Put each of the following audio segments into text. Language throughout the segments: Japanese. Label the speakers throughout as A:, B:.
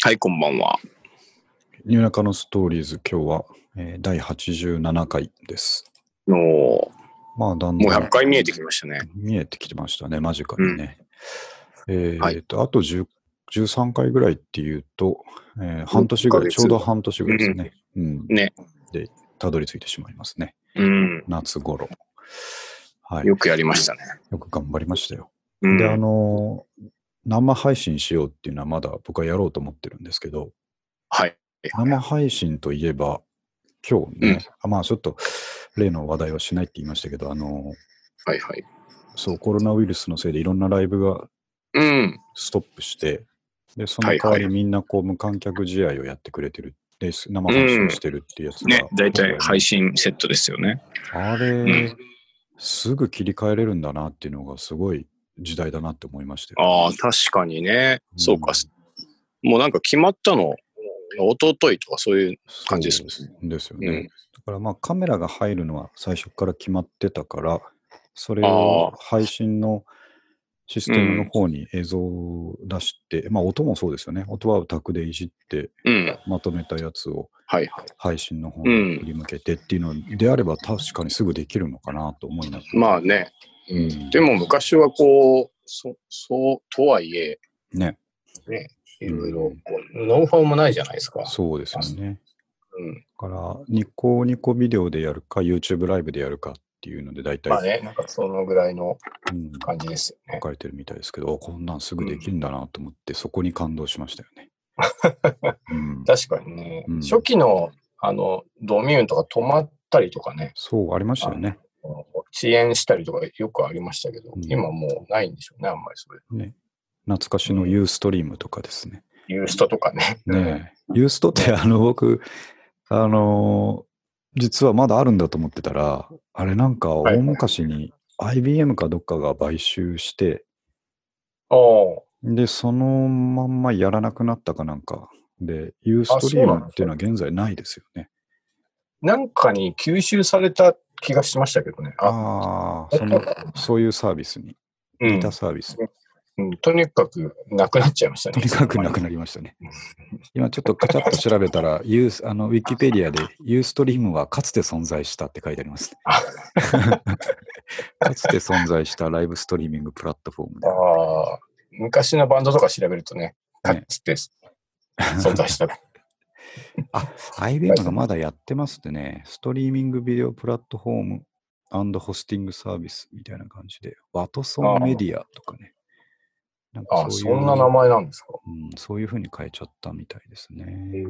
A: はい、こんばんは。
B: ニューナカのストーリーズ、今日は、えー第87回です。
A: のも
B: まあ、だん
A: う
B: だん
A: 100回見えてきましたね。
B: 見えてきてましたね、間近にね。えー
A: はい
B: えっと、あと10 13回ぐらいっていうと、えー半年ぐら
A: 1ヶ
B: い、
A: 月
B: ちょうど半年ぐらいですね。うん。
A: ね。
B: で、たどり着いてしまいますね。
A: うん。
B: 夏頃。はい。
A: よくやりましたね。
B: よく頑張りましたよ。
A: う
B: で、あ
A: ん。
B: のー生配信しようっていうのはまだ僕はやろうと思ってるんですけど、
A: はい。
B: 生配信といえば、今日ね、あまあちょっと例の話題はしないって言いましたけど、あの、
A: はいはい。
B: そう、コロナウイルスのせいでいろんなライブが
A: うん。
B: ストップして、で、そ
A: は
B: の
A: い
B: 代
A: はい
B: わりみんなこう無観客試合をやってくれてる。で、生配信してるっていうやつが、
A: ね、だいたい配信セットですよね。
B: あ
A: う
B: れ
A: ん、
B: すぐ切り替えれるんだなっていうのがすごい時代だなって思いましたよ。
A: ああ、確かにね。
B: うん
A: そうか。もうなんか決まったの、一昨日とかそういう感じですもんね
B: そうですよね。
A: うん
B: だからまあカメラが入るのは最初から決まってたから、それ
A: あ
B: を配信のシステムの方に映像を出して、まあ音もそうですよね。音はタクでいじって
A: うん。
B: まとめたやつを
A: はいはい。
B: 配信の方
A: うん
B: に振り向けてっていうのであれば確かにすぐできるのかなと思いながら。
A: まあね。
B: うん
A: でも昔はこう、そそう、とはいえ、
B: ね、
A: いろいろ、こうノウハウもないじゃないですか。
B: そうですよね。
A: うん。
B: だからニコニコビデオでやるか YouTube ライブでやるかっていうので大体、
A: まあね、なんかそのぐらいの
B: うん、
A: 感じですよね
B: 書。かれてるみたいですけど、こんなんすぐできるんだなと思って、そこに感動しましたよ ね。うん、
A: 確かにね、
B: うん
A: 初期のあのドミューンとか止まったりとかね、
B: そう、ありましたよね。
A: この遅延したりとかよくありましたけど、
B: うん
A: 今もうないんでしょうね、あんまりそれ。
B: ね懐かしのユーストリームとかですね。
A: ユーストとかね。
B: ねユーストって、あの、僕、あのー実はまだあるんだと思ってたら、あれなんか
A: い
B: 大昔に IBM かどっかが買収して、
A: お
B: で、そのまんまやらなくなったかなんか。で、ユース
A: あ
B: トリー
A: そうな
B: ム
A: んです
B: っていうのは現在ないですよね。
A: なんかに吸収された気がしましたけどね。あ
B: ああー、その、そういうサービスに、
A: う
B: 似
A: ん
B: たサービスに
A: うん、とにかくなくなっちゃいました
B: と
A: ね。
B: にかくなくなりましたね。今ちょっとカチャッと調べたら、ユースあのウィキペディアでユーストリームはかつて存在したって書いてあり ます、ね。かつて存在したライブストリーミングプラットフォームで。
A: ああ昔のバンドとか調べるとね、か つて存在した。
B: あ、IBM がまだやってますってね。ストリーミングビデオプラットフォームホスティングサービスみたいな感じで、ワトソンメディアとかね。なん
A: あ
B: か
A: あ
B: そう
A: そ
B: いうん
A: な名前なんですか。
B: うん、そういうふうに変えちゃったみたいですね。
A: へ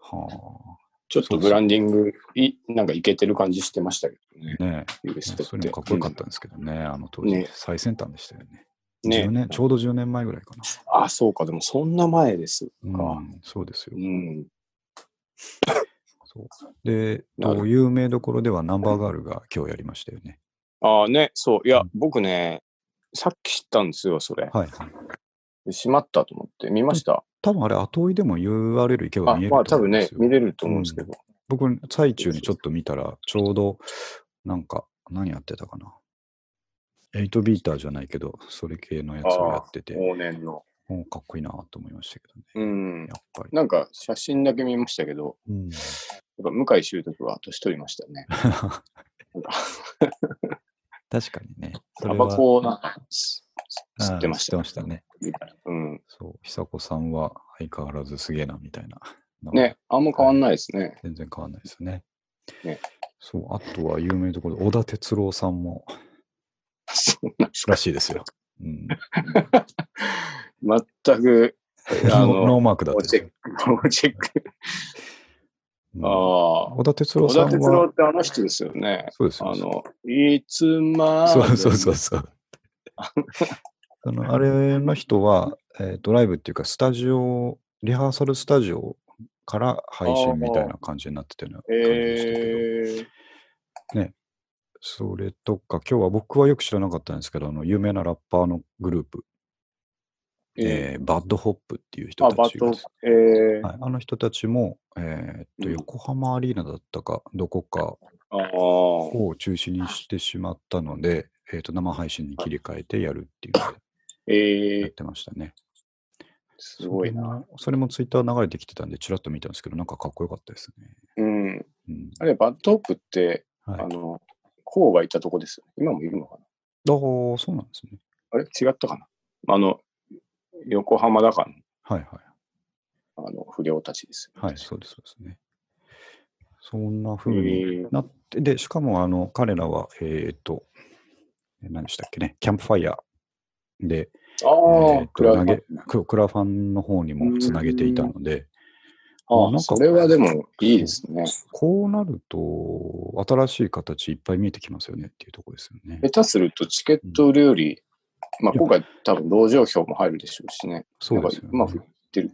B: はあ。
A: ちょっとブランディング、いなんかいけてる感じしてましたけどね、
B: ね
A: ユー
B: え、
A: ス
B: ね
A: トって。
B: それもかっこよかったんですけどね、あの当時、
A: ね
B: 最先端でしたよね
A: うんね
B: 10年。ちょうど10年前ぐらいかな。
A: あ、そうか、でもそんな前ですか。
B: うんそうですよ
A: う。ん。
B: そうで、
A: なるほど
B: と有名どころではナンバーガールが今日やりましたよね。
A: ああね、そう、いや
B: うん、
A: 僕ね、さっき知ったんですよ、それ。
B: はい、はい。
A: でしまったと思って、見ました。
B: 多分あれ、後追いでも URL いけば
A: あ、
B: 見える
A: まあ、
B: と
A: 多
B: 思う
A: 分
B: んで
A: ね
B: す、よ。
A: 見れると思うんですけど。
B: 僕、最中にちょっと見たら、ちょうど、なんか、何やってたかな。8ビーターじゃないけど、それ系のやつをやってて、
A: 往年の。
B: もうかっこいいなと思いましたけどね。
A: うん。
B: やっぱり。
A: なんか、写真だけ見ましたけど、
B: うん
A: やっぱ向井修徳は年取りました ね。なんか
B: 確かにね。そ
A: タ
B: れ
A: バ
B: は
A: コをなんか吸吸ってました
B: ああ吸ってましたね。
A: うん。
B: そう、久子さんは相変わらずすげえなみたいな。
A: ね、あんま変わんないですね。
B: 全然変わんないですよね。
A: ね
B: そう、あとは有名どころで、小田哲郎さんも
A: そんな
B: らしいですよ。うん、
A: 全 く、 あ
B: ノー
A: の、
B: ノーマークだっ
A: ご
B: た
A: チェ
B: よ
A: ッ。ク、ごチェック。
B: うん
A: ああ。
B: 小田哲郎
A: 小
B: さ
A: 田
B: ん
A: 哲郎
B: は、
A: ってあの人ですよね。
B: そうです
A: あ
B: よ。
A: の、いつまで
B: そ
A: も
B: うそうそう そう。あのあれの人は、えー、とライブっていうか、スタジオ、リハーサルスタジオから配信みたいな感じになってたような感じでしたけど。
A: えー、
B: それとか、今日は僕はよく知らなかったんですけど、あの有名なラッパーのグループ、
A: え
B: えーバッドホップっていう
A: ー、
B: 人
A: あ、
B: た
A: バ
B: ち
A: ト
B: が、
A: ン、えー、
B: はい、あの人たちも、えーっと
A: うん
B: 横浜アリーナだったか、どこか
A: あー
B: を中止にしてしまったので、えーっと生配信に切り替えてやるっていうのを
A: え
B: やっ
A: ー、
B: てましたね。
A: すごいな。
B: それもツイッター流れてきてたんで、ちらっと見たんですけど、なんかかっこよかったですね。
A: うん。うん、あれ、バッドオープって、はい、あの、こうはいたとこですよね。今もいるのかな。
B: ああ、そうなんですね。
A: あれ違ったかなあの、横浜だから、
B: はいはい。
A: あの、不良たちです、
B: ね、はい、そうです、そうですね。そんな風になって、で、しかも、あの、彼らは、えっ、ー、と、何でしたっけね、キャンプファイヤーで、
A: あーえー、クラ
B: げクラファンの方にもつなげていたので、
A: あなんかそれはでもいいですね。
B: こうなると、新しい形いっぱい見えてきますよねっていうところですよね。
A: 下手するとチケット売るより、うん、まあ、今回多分同情表も入るでしょうしね。
B: そうですよね。
A: まあ、ってる。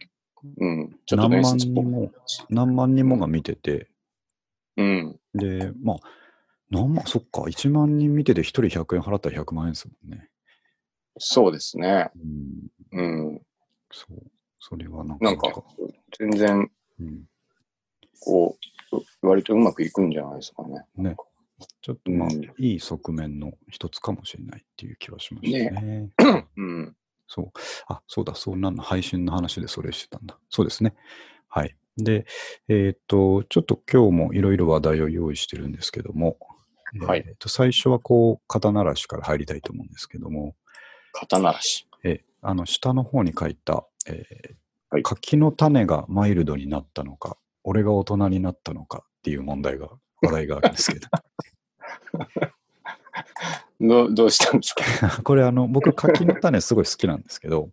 A: うん、
B: ちょっと、ね、何万人も、何万人もが見てて、
A: うん。
B: で、まあ、何万、そっか、1万人見てて1人100円払ったら100万円ですもんね。
A: そうですね。うん。うん、
B: そう。それはなん
A: か。なんか、全然、うん、こう、割とうまくいくんじゃないですかね。
B: ね。ちょっとまあ、うん、いい側面の一つかもしれないっていう気はしましたね。
A: ねうん。
B: そう。あ、そうだ、そんなの配信の話でそれしてたんだ。そうですね。はい。で、えっ、ー、と、ちょっと今日もいろいろ話題を用意してるんですけども、
A: はい、
B: えー、と最初はこう、肩慣らしから入りたいと思うんですけども、
A: 肩慣らし。
B: えあの下の方に書いた、えーはい、柿の種がマイルドになったのか、俺が大人になったのかっていう問題が、話題があるんですけ ど。
A: どどうしたんで すか
B: これあの、僕、柿の種すごい好きなんですけ ど、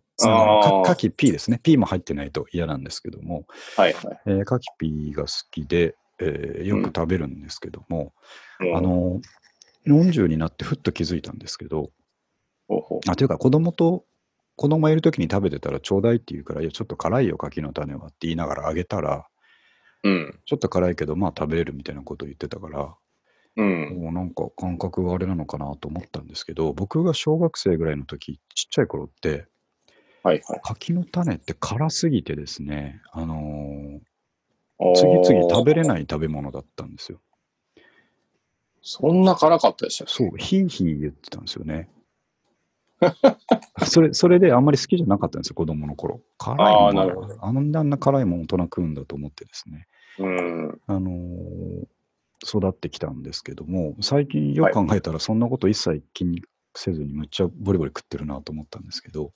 B: 柿 P ですね。P も入ってないと嫌なんですけども、
A: はいはいえ
B: ー、柿 P が好きで、えー、よく食べるんですけども、うん、あの、40になってふっと気づいたんですけど、あというか子供と子供がいる時に食べてたらちょうだいって言うから「いやちょっと辛いよ柿の種は」って言いながらあげたら、
A: うん、
B: ちょっと辛いけどまあ食べれるみたいなことを言ってたから、
A: うん、
B: もうなんか感覚があれなのかなと思ったんですけど僕が小学生ぐらいの時ちっちゃい頃って、
A: はいはい、
B: 柿の種って辛すぎてですねあのー、次々食べれない食べ物だったんですよ。
A: そんな辛かったでしょ
B: そう、ヒーヒー言ってたんですよ ね。それ、それであんまり好きじゃなかったんですよ、子供の頃。辛いもの。あんなあんな辛いもん大人食うんだと思ってですね。
A: うん。
B: あのー、育ってきたんですけども、最近よく考えたら、そんなこと一切気にせずに、むっちゃボリボリ食ってるなと思ったんですけど、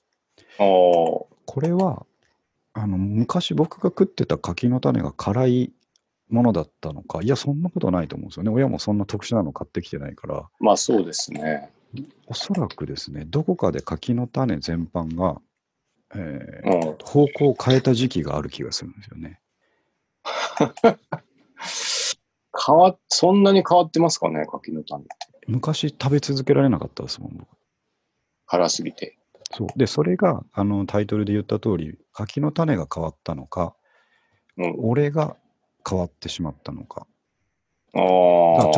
A: はい、こ
B: れは、あの、昔僕が食ってた柿の種が辛いものだったのか、いや、そんなことないと思うんですよね。親もそんな特殊なの買ってきてないから。
A: まあそうですね。
B: おそらくですね、どこかで柿の種全般が、えー、うん、方向を変えた時期がある気がするんですよね。
A: 変わそんなに変わってますかね、柿の種って。
B: 昔食べ続けられなかったですもん、僕。
A: 辛すぎて。
B: そう。で、それがあのタイトルで言った通り、柿の種が変わったのか、うん、俺が変わってしまったのか。
A: あ
B: ち
A: あ。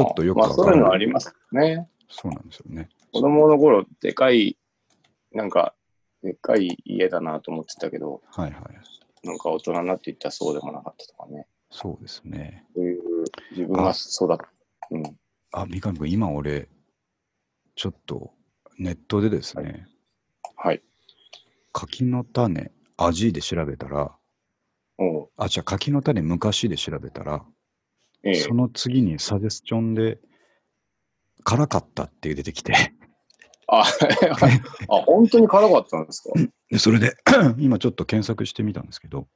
B: ょっとよくわ
A: かる。まあ、そういうのありますね。
B: そうなんですよね。
A: 子供の頃、でかい、なんか、でかい家だなと思ってたけど、。
B: はいはい
A: なんか大人になっていったらそうでもなかったとかね。
B: そうですね。
A: そういう、自分がそうだ。うん。
B: あ、三上君、今俺、ちょっと、ネットでですね、
A: はい。はい、
B: 柿の種、味で調べたら、
A: お
B: あ、じゃあ柿の種昔で調べたら、
A: ええ、
B: その次にサジェスチョンで、辛かったって出てきて
A: あ。あ、本当に辛かったんですか
B: でそれで 今ちょっと検索してみたんですけど、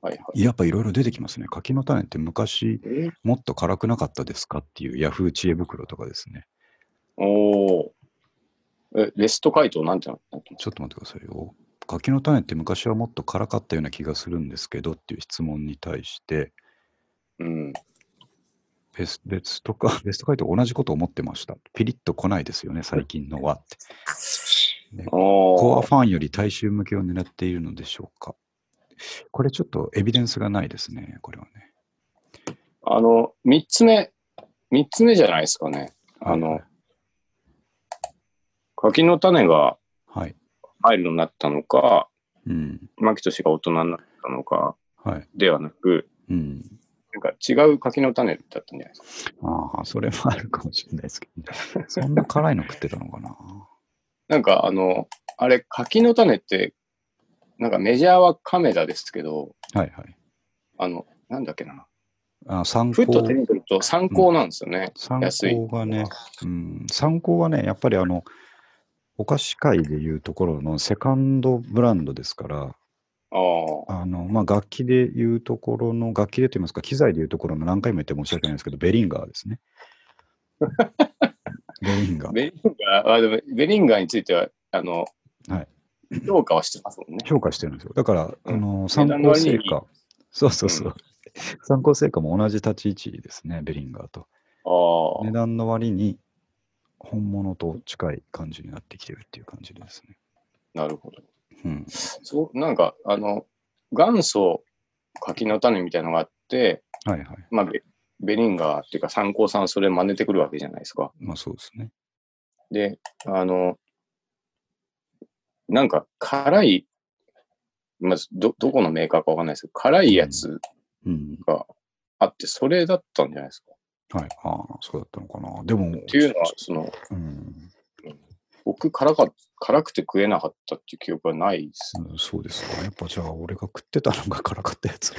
A: はいはい、
B: やっぱいろいろ出てきますね。柿の種って昔、もっと辛くなかったですかっていうヤフー知恵袋とかですね。
A: おえ、ベスト回答なんてな
B: ってちょっと待ってくださいよ。柿の種って昔はもっと辛かったような気がするんですけどっていう質問に対して、
A: うん、
B: ベスベストか、ベ スト回答同じこと思ってました。ピリッと来ないですよね、最近のはって。コアファンより大衆向けを狙っているのでしょうか。これちょっとエビデンスがないですね、これはね。
A: あの、3つ目、3つ目じゃないですかね。あの、はい、柿の種が
B: 入、
A: るのになったのか、はい
B: うん、
A: 牧俊が大人になったのか、
B: はい、
A: ではなく、
B: うん、
A: なんか違う柿の種だったんじゃないですか。
B: ああ、それはあるかもしれないですけど、ね、そんな辛いの食ってたのかな。
A: なんかあの、あれ、柿の種ってなんかメジャーは亀田ですけど、
B: はいはい。
A: あの、なんだっけな。
B: あ参
A: ふっ
B: 考
A: と手に取ると参考なんですよね。
B: 参
A: 安い
B: 考がね、うん、参考はね、やっぱりあの、お菓子界でいうところのセカンドブランドですから、
A: あ
B: あの、まあ、楽器でいうところの、楽器でと言いますか、機材でいうところの何回も言って申し訳ないですけど、ベリンガー ですね。ベリンガー。
A: あ。ベリンガー、あでもベリンガーについては、あの、
B: はい
A: 評価はしてますもんね。
B: 評価してるんですよ。だから、あの、参
A: 値段の
B: 考
A: 割に
B: 成果。そうそうそう。参考成果も同じ立ち位置ですね、ベリンガーと。
A: あ
B: 値段の割に、本物と近い感じになってきてるっていう感じですね。
A: あ、なるほど。
B: うん。
A: そう、なんか、あの、元祖柿の種みたいなのがあって、
B: はいはい。
A: まあ、ベベリンガーっていうか参考さんはそれ真似てくるわけじゃないですか。
B: まあそうですね。
A: で、あの、なんか辛い、まずど、どこのメーカーかわかんないですけど、辛いやつ
B: うん。
A: があって、それだったんじゃないですか。
B: はい。ああ、そうだったのかな。でも、
A: っていうのは、その、
B: うん、
A: 僕辛か、辛くて食えなかったっていう記憶はないです。
B: うんそうですか。やっぱじゃあ、俺が食ってたのが辛かったやつ。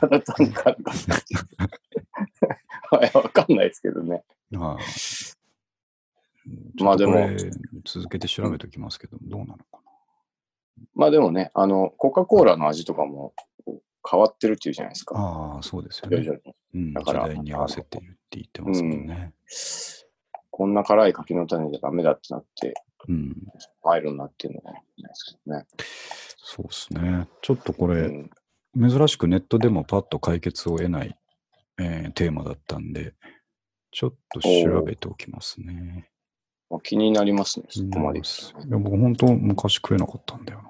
A: ただ単に辛かった。はいわかんないですけどね。
B: はい。
A: まあでも
B: ちょっとこれ、続けて調べておきますけど、どうなのか
A: まあでもね、あの、コカ・コーラの味とかもこう変わってるっていうじゃないです
B: な。
A: か。
B: ああ、そうですよ
A: 徐
B: ね。
A: 々に。
B: うん、
A: だ
B: 時
A: から
B: 代に合わせてるって言ってますもんね。
A: こんな辛い柿の種じゃダメだってなって、
B: うん、
A: パイロになってるのかもしれないですけどね。
B: そうですね。ちょっとこ
A: う
B: れ、
A: ん、
B: 珍しくネットでもパッと解決を得ない、えーテーマだったんで、ちょっと調べておきますね。
A: まあ、気になりますね、そこまで
B: い
A: 行く
B: や僕、本当、昔食えなかったんだよ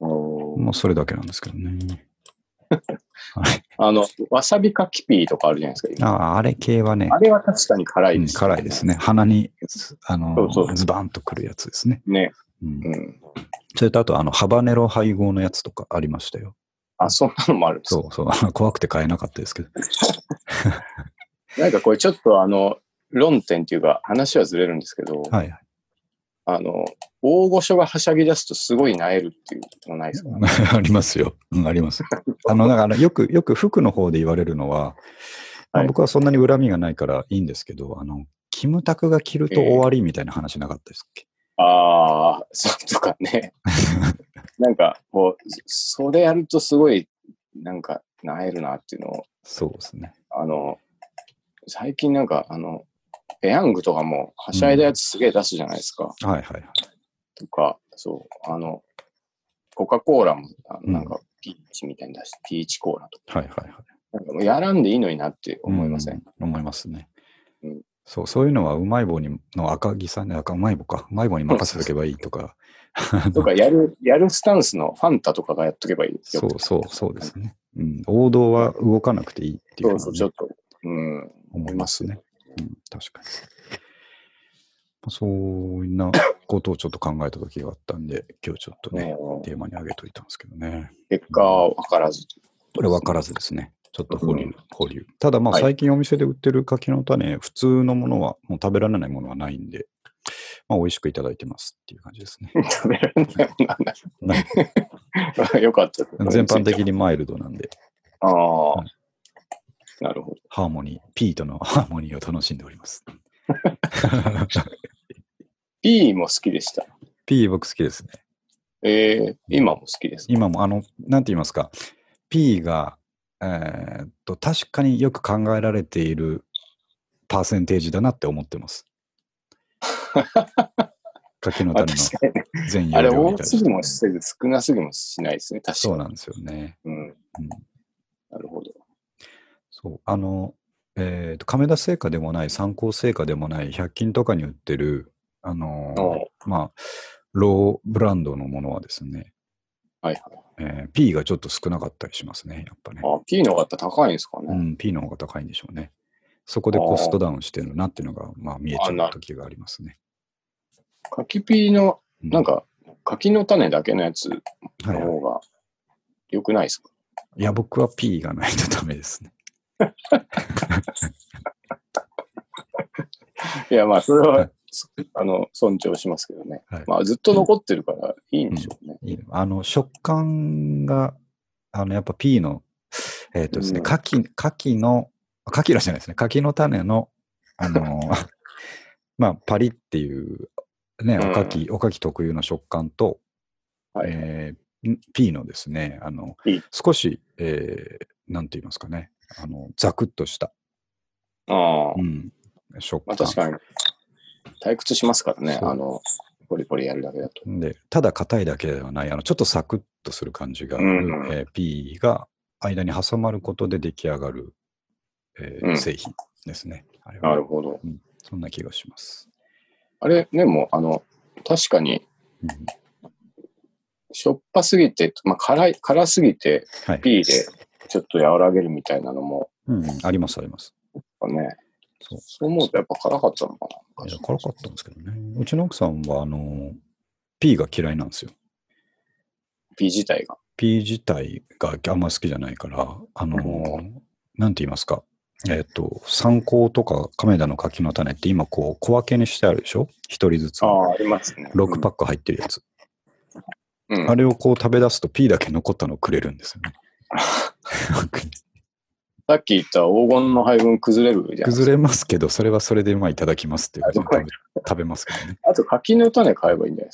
A: とお
B: な。
A: ー
B: まあ、それだけなんですけどね。はい、
A: あの、わさびかきピーとかあるじゃないですか。今
B: ああ、あれ系はね
A: あ、れは確かに辛いです、
B: うん辛いですね。鼻に、あの
A: そうそう
B: ズバンとくるやつですね。
A: ね。
B: うん
A: うん。
B: それと、あと、あの、ハバネロ配合のやつとかありましたよ。
A: あ、そんなのもあるんです
B: そうそう あの。怖くて買えなかったですけど。
A: なんかこれちょっとあの、論点っていうか話はずれるんですけど、
B: はいはい。
A: あの、大御所がはしゃぎ出すとすごい萎えるっていうのないですか、
B: ありますよ。うん、あります。あの、だから、よく、よく服の方で言われるのは、まあ
A: はい
B: 僕はそんなに恨みがないからいいんですけど、あの、キムタクが着ると終わりみたいな話なかったですっけ、
A: ああ、そうとか ね。なんか、こう、そそれやるとすごい、なんか、なえるなっていうのを、
B: そうですね。
A: あの、最近なんか、あの、ペヤングとかも、はしゃいだやつすげえ出すじゃないですか。
B: はいはいはい。
A: とか、そう、あの、コカ・コーラも、あ
B: うん
A: なんか、ピーチみたいに出して、ピーチコーラとか。
B: はいはいはい。
A: なんかもうやらんでいいのになって思いません、
B: う思いますね。
A: うん
B: そう、そういうのはうまい棒にの赤木さんね、赤うまい棒か。うまい棒に任せとけばいいとか。
A: とか、やる、やるスタンスのファンタとかがやっとけばいいよ。
B: そうそう、そうですね。うん、王道は動かなくていいっていうの
A: そう
B: は
A: そう、
B: ね
A: ちょっと。うん。
B: 思いますね。うん、確かに。まあそんなことをちょっと考えた時があったんで、今日ちょっとね、
A: もう
B: テーマに挙げといたんですけどね。
A: 結果は分からず。
B: これ分からずですね。ちょっと保留、
A: うん
B: 保留。ただまあ
A: はい
B: 最近お店で売ってる柿の種、普通のものはもう食べられないものはないんで、まあ美味しくいただいてますっていう感じです ね。
A: 食べられないもんなんだ。 よかった。
B: 全般的。にマイルドなんで、
A: ああ、
B: はい
A: なるほど。
B: ハーモニー、ピートのハーモニーを楽しんでおり ます。
A: P も好きでした。
B: ピー僕好きですね。
A: えー、今も好きです。
B: 今もあの、なんて言いますか、P が、えーっと、確かによく考えられているパーセンテージだなって思ってます。柿の
A: あ確
B: 種の
A: かにね
B: 全
A: あ
B: 容
A: れ、
B: 量に
A: 多
B: 対
A: す
B: し
A: ぎ
B: て。
A: もせず、少なすぎもしないですね。確か
B: そ
A: に。
B: うなんですよね。
A: うん。
B: うん
A: なるほど。
B: そう。あの、えーっと、亀田製菓でもない、参考製菓でもない、100均とかに売ってる、あのー
A: お
B: まあ、ローブランドのものはですね、
A: はいはい。
B: えー、P がちょっと少なかったりしますね、やっぱね。
A: あ P の方が高いんですか
B: う
A: ね。
B: ん、P の方が高いんでしょうね。そこでコストダウンしてるなっていうのが、まあ見えちゃ
A: あな
B: う時がありますね。
A: 柿 P の、
B: う
A: なん、か、柿の種だけのやつ
B: はい
A: の
B: は
A: 方が良くないですか、
B: い、いや、僕は P がないとダメですね。
A: いや、まあ、それ
B: は
A: はいあの、尊重しますけどね。
B: はい
A: まあ、ずっと残ってるから、いいんでしょうね。
B: いいのあの、食感が、あの、やっぱ P の、えっ、とですね、
A: うん
B: 牡蠣、牡蠣の、牡蠣のじゃないですね、牡蠣の種の、あの ー、まあ、パリっていう、ね、おかき、おかき特有の食感と、
A: はい。
B: えーん P のですね、あの
A: P、
B: 少し、えーなんて言いますかね、あの、ザクッとした、
A: ああ
B: う。ん、食
A: まあ、
B: 感。
A: 確かに。退屈しますからね、
B: そう
A: あの、ポリポリやるだけだと。
B: で、ただ硬いだけではない、あのちょっとサクッとする感じがある、
A: うん
B: えー P が間に挟まることで出来上がる、えー
A: うん
B: 製品ですね。あれは
A: なるほど。
B: そんな気がします。
A: あれ、でも、あの、確かに、
B: うん
A: しょっぱすぎて、まあ、辛い、辛すぎて、
B: はい、
A: P でちょっと和らげるみたいなのも、
B: うんうんありますあります。
A: ね、
B: そう
A: そう思うとやっぱ辛かったのかな。
B: いや辛かったんですけどね。うちの奥さんは、あのー、P が嫌いなんですよ。
A: P 自体が。
B: P 自体があんま好きじゃないから、あのーなんて言いますか、えっ、と、参考とか亀田の柿の種って今こう小分けにしてあるでしょ一人ずつ。
A: ああ、ありますね。
B: 6パック入ってるやつ。
A: うん。うん
B: あれをこう食べ出すと P だけ残ったのをくれるんですよ ね。
A: さっき言った黄金の配分崩れるじゃん。
B: 崩れますけど、それはそれでまあいただきますっていう感じで食べ食べますけどね。
A: あと柿の種買えばいいんじゃな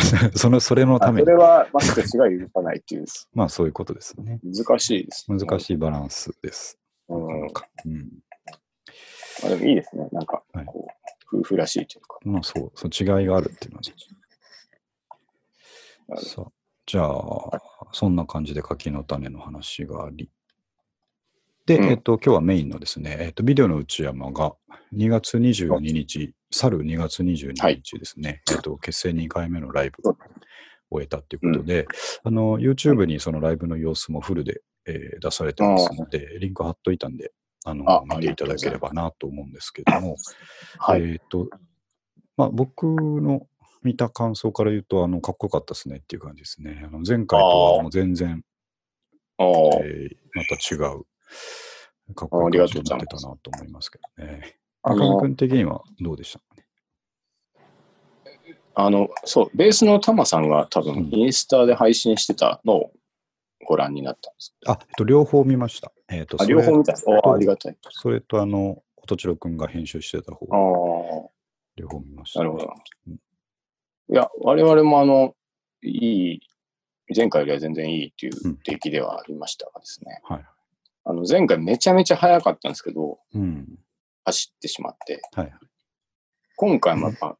A: いですか。
B: そのそれのた
A: あ
B: めに
A: それ、はマスク氏が許さないっていう、
B: まあそういうことですね。
A: 難しいです、
B: 難
A: い。
B: しいバランスです。
A: うん、
B: なん
A: ま
B: かうん
A: あ、でもいいですね。なんか
B: はい、
A: こう、夫婦らしいというか。
B: まあそう、そう違いがあるっていうのはね
A: なるほど
B: さあ、じゃあ、そんな感じで柿の種の話があり。で、
A: うん
B: えっと、今日はメインのですね、えっと、ビデオの内山が2月22日、去る2月22日ですね、えっと、結成2回目のライブを終えたということで、あの、YouTube にそのライブの様子もフルで、えー出されてますので、リンク貼っといたんで、あの、
A: あ
B: 見ていただければなと思うんですけども、
A: はい。
B: えっ、と、まあ、僕の見た感想から言うと、あの、かっこよかったですねっていう感じですね。あの前回とはもう全然、
A: あ
B: え
A: ー
B: ーまた違う、かっこいい感じになってたなと思いますけどね。
A: あ
B: 赤
A: りがとうござい
B: 木君
A: ます
B: 的にはどうでしたかね。
A: あの、そう、ベースのタマさんが多
B: うん
A: 分、インスタで配信してたのをご覧になったんです
B: あ、えっと、両方見ました。えっ、と、
A: あ
B: それ
A: 両方見たんですおーありがたい。
B: それと、あの、音千代君が編集してた方
A: あ、あ。
B: 両方見ました、
A: なるほど
B: うん。
A: いや、我々もあの、いい、前回よりは全然いいってい
B: うん
A: う出来ではありましたがですね、
B: はい。
A: あの前回めちゃめちゃ早かったんですけど、
B: うん。
A: 走ってしまって、
B: はい。
A: 今回もやっぱ、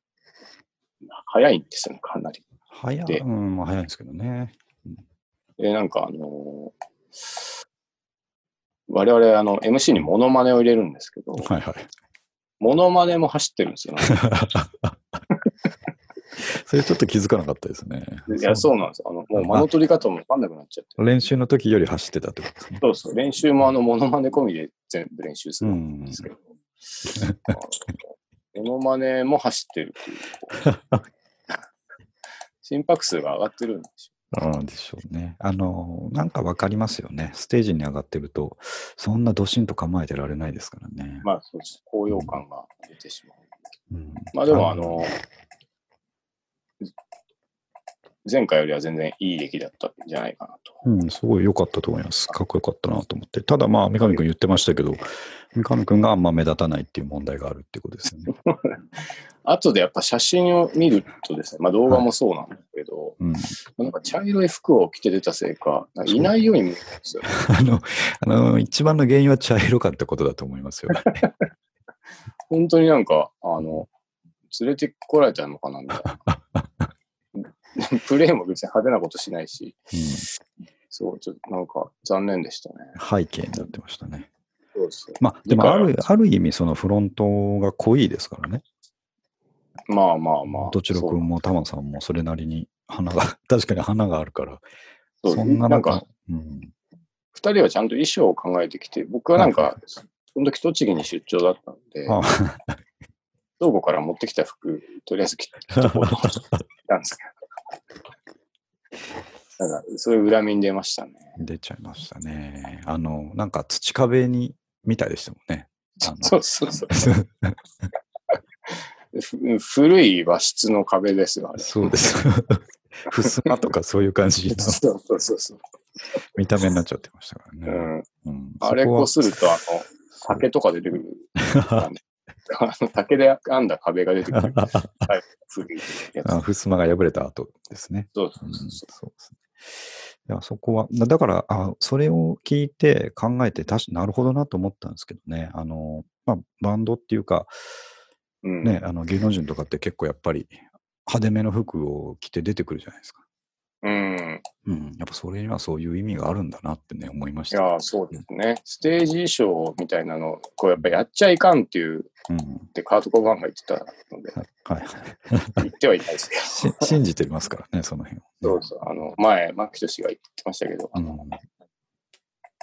A: 早いんですよね、かなり。
B: 早い、
A: で
B: うん、まあ早いんですけどね。
A: で、なんかあのー我々あの MC にモノマネを入れるんですけど、
B: はいはい。
A: モノマネも走ってるんですよ。
B: それちょっと気づかなかったですね。
A: いや、 そうなんですよ。あのもう間の取り方も分かんなくなっちゃって。
B: 練習の時より走ってたってことですね。
A: そうそう、練習もあの、モノマネ込みで全部練習するんですけど、あのモノマネも走ってるっていうこう 心拍数が上がってるんでし
B: うんでしょうね。あの、なんかわかりますよね。ステージに上がってると、そんなドシンと構えてられないですからね
A: ょ。。まあ、そうです高揚感が出てしまう。
B: うん
A: まあ、でも、あ、の、前回よりは全然いい出来だったんじゃないかなと。
B: うん、すごい良かったと思います。かっこよかったなと思って。ただまあ、三上くん言ってましたけど、三上くんがあんま目立たないっていう問題があるってことですよ ね。
A: あとでやっぱ写真を見るとですね、まあ動画もそうなんだけど、
B: うん。
A: なんか茶色い服を着て出たせいか、なんかいないように見えるんで すよね。
B: あの、あの、一番の原因は茶色かったことだと思います よ。
A: 本当になんか、あの、連れてこられたのかなみた いな。プレイも別に派手なことしないし、
B: うん、
A: そう、ちょっとなんか残念でしたね。
B: 背景になってましたね。
A: そうそう。
B: まあ、でもある
A: 理解、は
B: ある意味、そのフロントが濃いですからね。
A: まあまあまあ。
B: どちら君も玉さんもそれなりに花が、確かに花があるから、
A: そう
B: そんななん
A: なん
B: か
A: か、
B: うん、
A: 二人はちゃんと衣装を考えてきて、僕はなん
B: はい
A: か、その時栃木に出張だったんで、
B: あ
A: 東郷から持ってきた服、とりあえず着着とこう と思ってたんですけど。なんか、そういう恨みに出ましたね。
B: 出ちゃいましたね。あの、なんか土壁に、みたいでしたもんね。あの
A: そうそうそう。ふ古い和室の壁ですよ、あれ。
B: そう です。ふすまとかそういう感じの
A: そうそうそうそう。
B: 見た目になっちゃってましたからね。
A: うん、
B: うん
A: あれ
B: そ
A: こ
B: は
A: すると、あの、竹とか出てくる。あの 竹で編んだ壁が出て くる。はい、古いやつ。
B: あ、ふすまが破れた後ですね。
A: そうそ
B: うん
A: うそうそ
B: そうですね。いやそこは、なだからあ、それを聞いて考えて、確かなるほどなと思ったんですけどね、あのまあ、バンドっていうか、
A: う。うん、
B: ね、あの芸能人とかって結構やっぱり派手めの服を着て出てくるじゃないですか。
A: うん。
B: うん、やっぱそれにはそういう意味があるんだなってね、思いまし
A: い
B: た。
A: や、そうですね。ステージ衣装みたいなの、こうやっぱやっちゃいかんっていう、
B: うん、
A: ってカート・コバーンが言ってたので、
B: はい。
A: 言ってはいないですけ
B: し信じてますからね、その辺を。
A: ど、そうそうあの前、牧俊氏が言ってましたけど、あ
B: う
A: の
B: ん、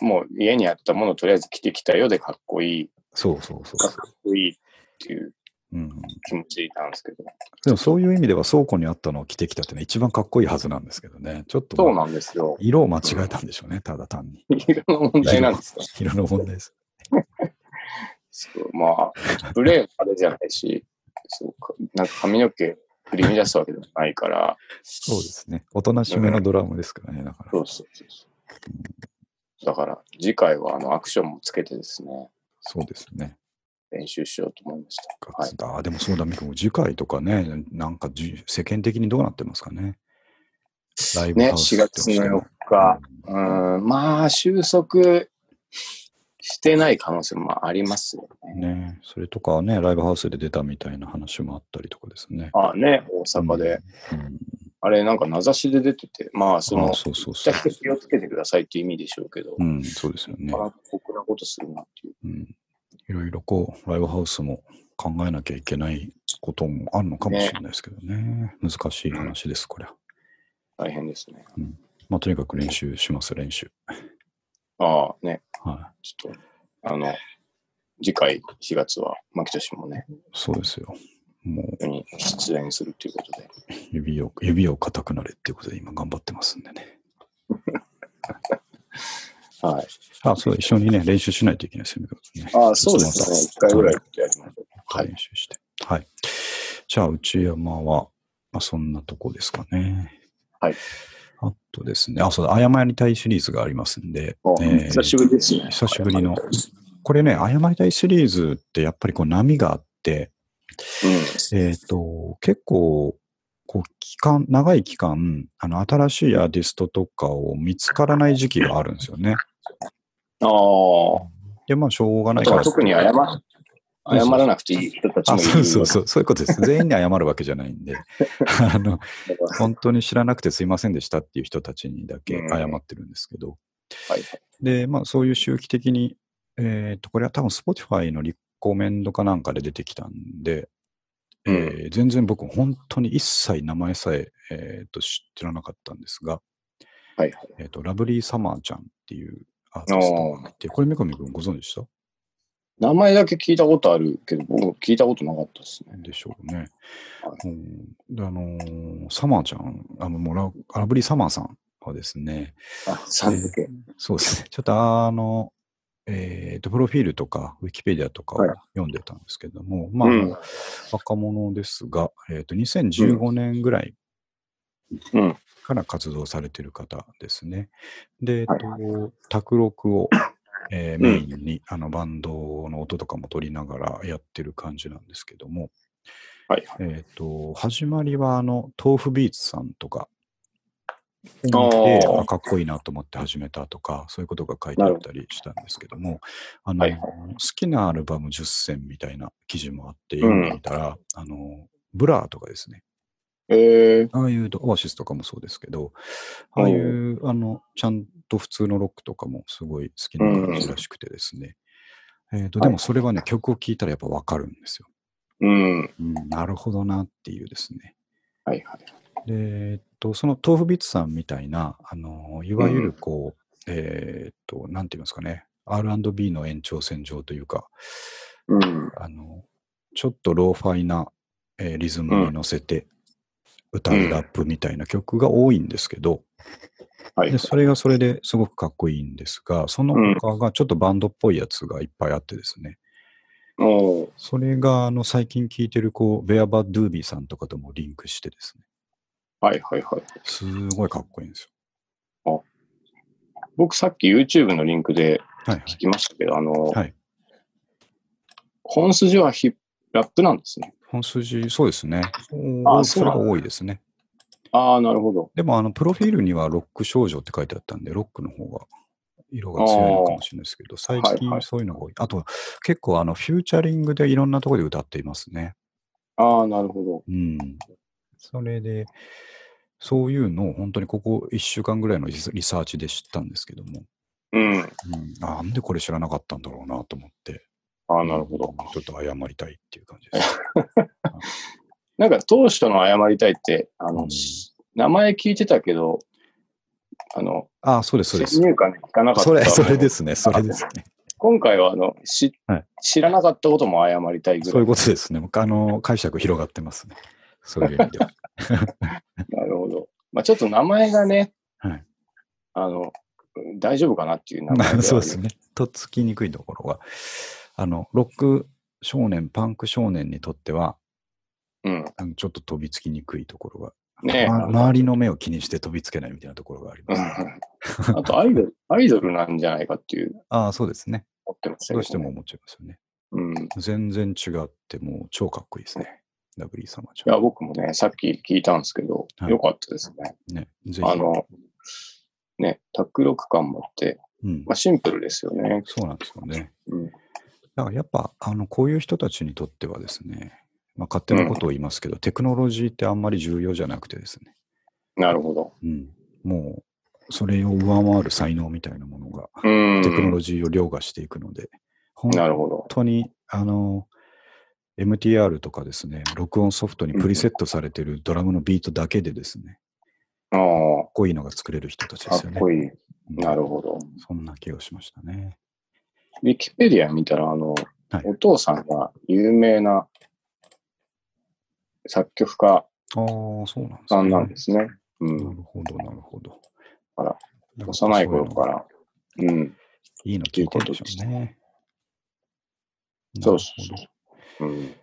A: もう家にあったものをとりあえず着てきたよでかっこいい、
B: そうそうそう
A: か
B: そ
A: っこいいっていう
B: う。うん、
A: 気持ちでいたんですけど、
B: でもそういう意味では倉庫にあったのを着てきたってね、一番かっこいいはずなんですけどね、ちょっとまあ
A: そうなんですよ。
B: 色を間違えたんでしょうね、ただ単に。
A: 色の問題なんですか。
B: 色の問題です。
A: そうまあ、ブレーあれじゃないし、そうかなんか髪の毛振り乱すわけでもないから、
B: そうですね。おとなしめのドラムですからね、だから。
A: そうそうそうそう。だから、次回はあのアクションもつけてですね、
B: そうですね。
A: 練習しようと思いました。
B: ガッツだ。あでもそうだ、みくん、次回とかね、なんかじ世間的にどうなってますかね。ライブ
A: ね、
B: ハウス
A: 4
B: って
A: 月
B: 言って
A: の
B: ま
A: 4
B: したけど
A: 日。うん、まあ、収束してない可能性もありますよね。
B: ね、それとかね、ライブハウスで出たみたいな話もあったりとかですね。
A: あね、大阪で。
B: うん
A: あれ、なんか名指しで出てて、まあ、その
B: あ、そうそうそ
A: 来た
B: う。
A: 人気をつけてくださいっていう意味でしょうけど、
B: うん、そうですよね
A: な。かなか酷なことするなっていう。
B: うん、いろいろこう、ライブハウスも考えなきゃいけないこともあるのかもしれないですけどね。難しい話です、これは。
A: 大変ですね。
B: まあ、とにかく練習します、練習。
A: ああ、ね、
B: は
A: ちょっと、あの、次回4月は、牧俊もね、
B: い。そうですよ。もう、
A: に出演するということで、
B: 指を、指を固くなれっていうことで今頑張ってますんでね。
A: はい。
B: あ、そう、一緒にね、練習しないといけないですよね。
A: ああ、そうですね。1回ぐらいやりましょう。
B: は。
A: はいい。
B: 練習して。はい。じゃあ、内山は、まあ、そんなとこですかね。
A: はい。
B: あとですね、あ、そうだ、謝りたいシリーズがありますんで、
A: もう
B: えー
A: 久しぶりですね。
B: 久しぶりの
A: うん。
B: これね、謝りたいシリーズってやっぱりこう波があって、えっ、と、結構、こう、期間、長い期間、あの、新しいアーティストとかを見つからない時期があるんですよね。
A: ああ。
B: で、まあ、しょうがな
A: あ
B: い
A: と
B: から。
A: は特に謝謝らなくていい人たち
B: あ
A: もいる
B: そうそうそう、そういうことです。全員に謝るわけじゃないんで、 あの、
A: だから
B: 本当に知らなくてすいませんでしたっていう人たちにだけ謝ってるんですけど、
A: はい
B: で、まあ、そういう周期的に、えっ、と、これは多分 Spotify のリコメンドかなんかで出てきたんで、えー全然僕、本当に一切名前さええーと知ってらなかったんですが、
A: はいはい
B: えっ、と、ラブリーサマーちゃんっていうアーティストがいて、これ、三上君ご存知でした
A: 名前だけ聞いたことあるけど、僕聞いたことなかったですね。
B: でしょうね
A: は。
B: うん、であのーサマーちゃん、あのもうララブリーサマーさんはですね、
A: あ、さん付け。
B: そうです ね、ちょっとあの、えっ、と、プロフィールとか、ウィキペディアとかを
A: はい
B: 読んでたんですけども、まあ、
A: うん
B: 若者ですが、えっ、と、2015年ぐらい
A: うん
B: から活動されてる方ですね。で、えっ、
A: はい
B: と、卓録 を、えー
A: ん
B: メインに、あの、バンドの音とかも取りながらやってる感じなんですけども、
A: はいはい。
B: えっ、と、始まりは、あの、豆腐ビーツさんとか、
A: あ
B: で
A: ー
B: あかっこいいなと思って始めたとか、そういうことが書いてあったりしたんですけども、あの、
A: はいはい
B: 好きなアルバム10選みたいな記事もあって、
A: ん
B: 読んでみたら、あの、ブラーとかですね、
A: えー、
B: ああいうド、オアシスとかもそうですけど、ああいう、あの、ちゃんと普通のロックとかもすごい好きな感じらしくてですね、えっと、でもそれはね、曲を聴いたらやっぱわかるんですよ。
A: うん。
B: うん、なるほどなっていうですね。
A: はいはい。
B: で、えっと、その豆腐ビッツさんみたいな、あのいわゆるこう、えーっと、なんて言いますかね、R&B の延長線上というか、
A: うん。
B: あのちょっとローファイな、えーリズムに乗せて歌うラップみたいな曲が多いんですけど、
A: はい
B: で。それがそれですごくかっこいいんですが、その他がちょっとバンドっぽいやつがいっぱいあってですね、
A: お
B: それが、あの、最近聞いてる、こう、ベアバ・ドゥービーさんとかともリンクしてですね、
A: はいはいはい。
B: すごいかっこいいんですよ。
A: 僕さっき YouTube のリンクで
B: はい、
A: 聞きましたけど、あの、
B: はい。はい。
A: 本筋はヒップラップなんですね。
B: 本筋、そうですね。
A: あ
B: お
A: そ
B: そうれ
A: なんだ
B: が多いですね。
A: ああ、なるほど。
B: でも、あの、プロフィールにはロック少女って書いてあったんで、ロックの方が色が強いのかもしれないですけど、最
A: はいは
B: 近
A: い
B: そういうのが多い。あと、結構、あの、フューチャリングでいろんなところで歌っていますね。
A: ああ、なるほど。
B: うん。それで、そういうのを本当にここ1週間ぐらいのリサリサーチで知ったんですけども、
A: うん。
B: うん、なんでこれ知らなかったんだろうなと思って、
A: ああ、なるほど。
B: ちょっと謝りたいっていう感じ です。
A: なんか当初の謝りたいって、あの、
B: うん
A: 名前聞いてたけど、あの、
B: あ、そうです、そうで
A: 先
B: す。
A: 入観で聞かなかった。。
B: それ、それですすね、それですね。
A: 今回は、あの、し
B: はい
A: 知らなかったことも謝りたいぐ
B: そう
A: ら
B: い。
A: いう
B: ことですね。あの、解釈広がってますね。そういう意味では。
A: なるほど。まあちょっと名前がね、
B: はい
A: あの、大丈夫か なっていう名前
B: ま
A: はあ
B: あ
A: る
B: そうです。ね。とっつきにくいところは、あの、ロック少年、パンク少年にとっては、
A: うん。
B: あのちょっと飛びつきにくいところが、
A: ねえ
B: ま周りの目を気にして飛びつけないみたいなところがあり
A: う
B: ますね。
A: んあと、アイドル、アイドルなんじゃないかっていう、
B: ああ、そうですね。
A: 思ってます
B: どうしても。思っちゃいますよね。
A: うん。い
B: 全然違って、もう超かっこいいですね。ダブリー様ちゃ
A: や、僕もね、さっき聞いたんですけど、
B: はい
A: よかったですね。
B: ん。ね、ぜ
A: あ
B: ひ。
A: の、ね、タックロック感もあって、
B: うん
A: まあ、、シンプルですよね。
B: そうなんですよね。
A: うん、
B: だからやっぱ、あの、こういう人たちにとってはですね、まあ、勝手なことを言いますけど、テクノロジーってあんまり重要じゃなくてですね、
A: なるほど。
B: うん、もう、それを上回る才能みたいなものが、
A: うん。
B: テクノロジーを凌駕していくので、本
A: なるほど。
B: 当に、あの、MTR とかですね、録音ソフトにプリセットされてるドラムのビートだけでですね、
A: あ
B: かっこいいのが作れる人たちで
A: あ、
B: す
A: か
B: よ
A: っ
B: ね。
A: こいい。
B: うん
A: なるほど。
B: そんな気がしましたね。
A: ウィキペディア見たら、あの、
B: はい
A: お父さんが有名な作曲家
B: ああ、そうなんですね。
A: さんなんですね。う。
B: なんるほど、なるほど。
A: あら
B: なんか
A: 幼い
B: そう
A: 頃
B: うのが
A: から。うん。
B: いいの聞いてるでしょうね。
A: そうそう
B: なるほ
A: うん、
B: ど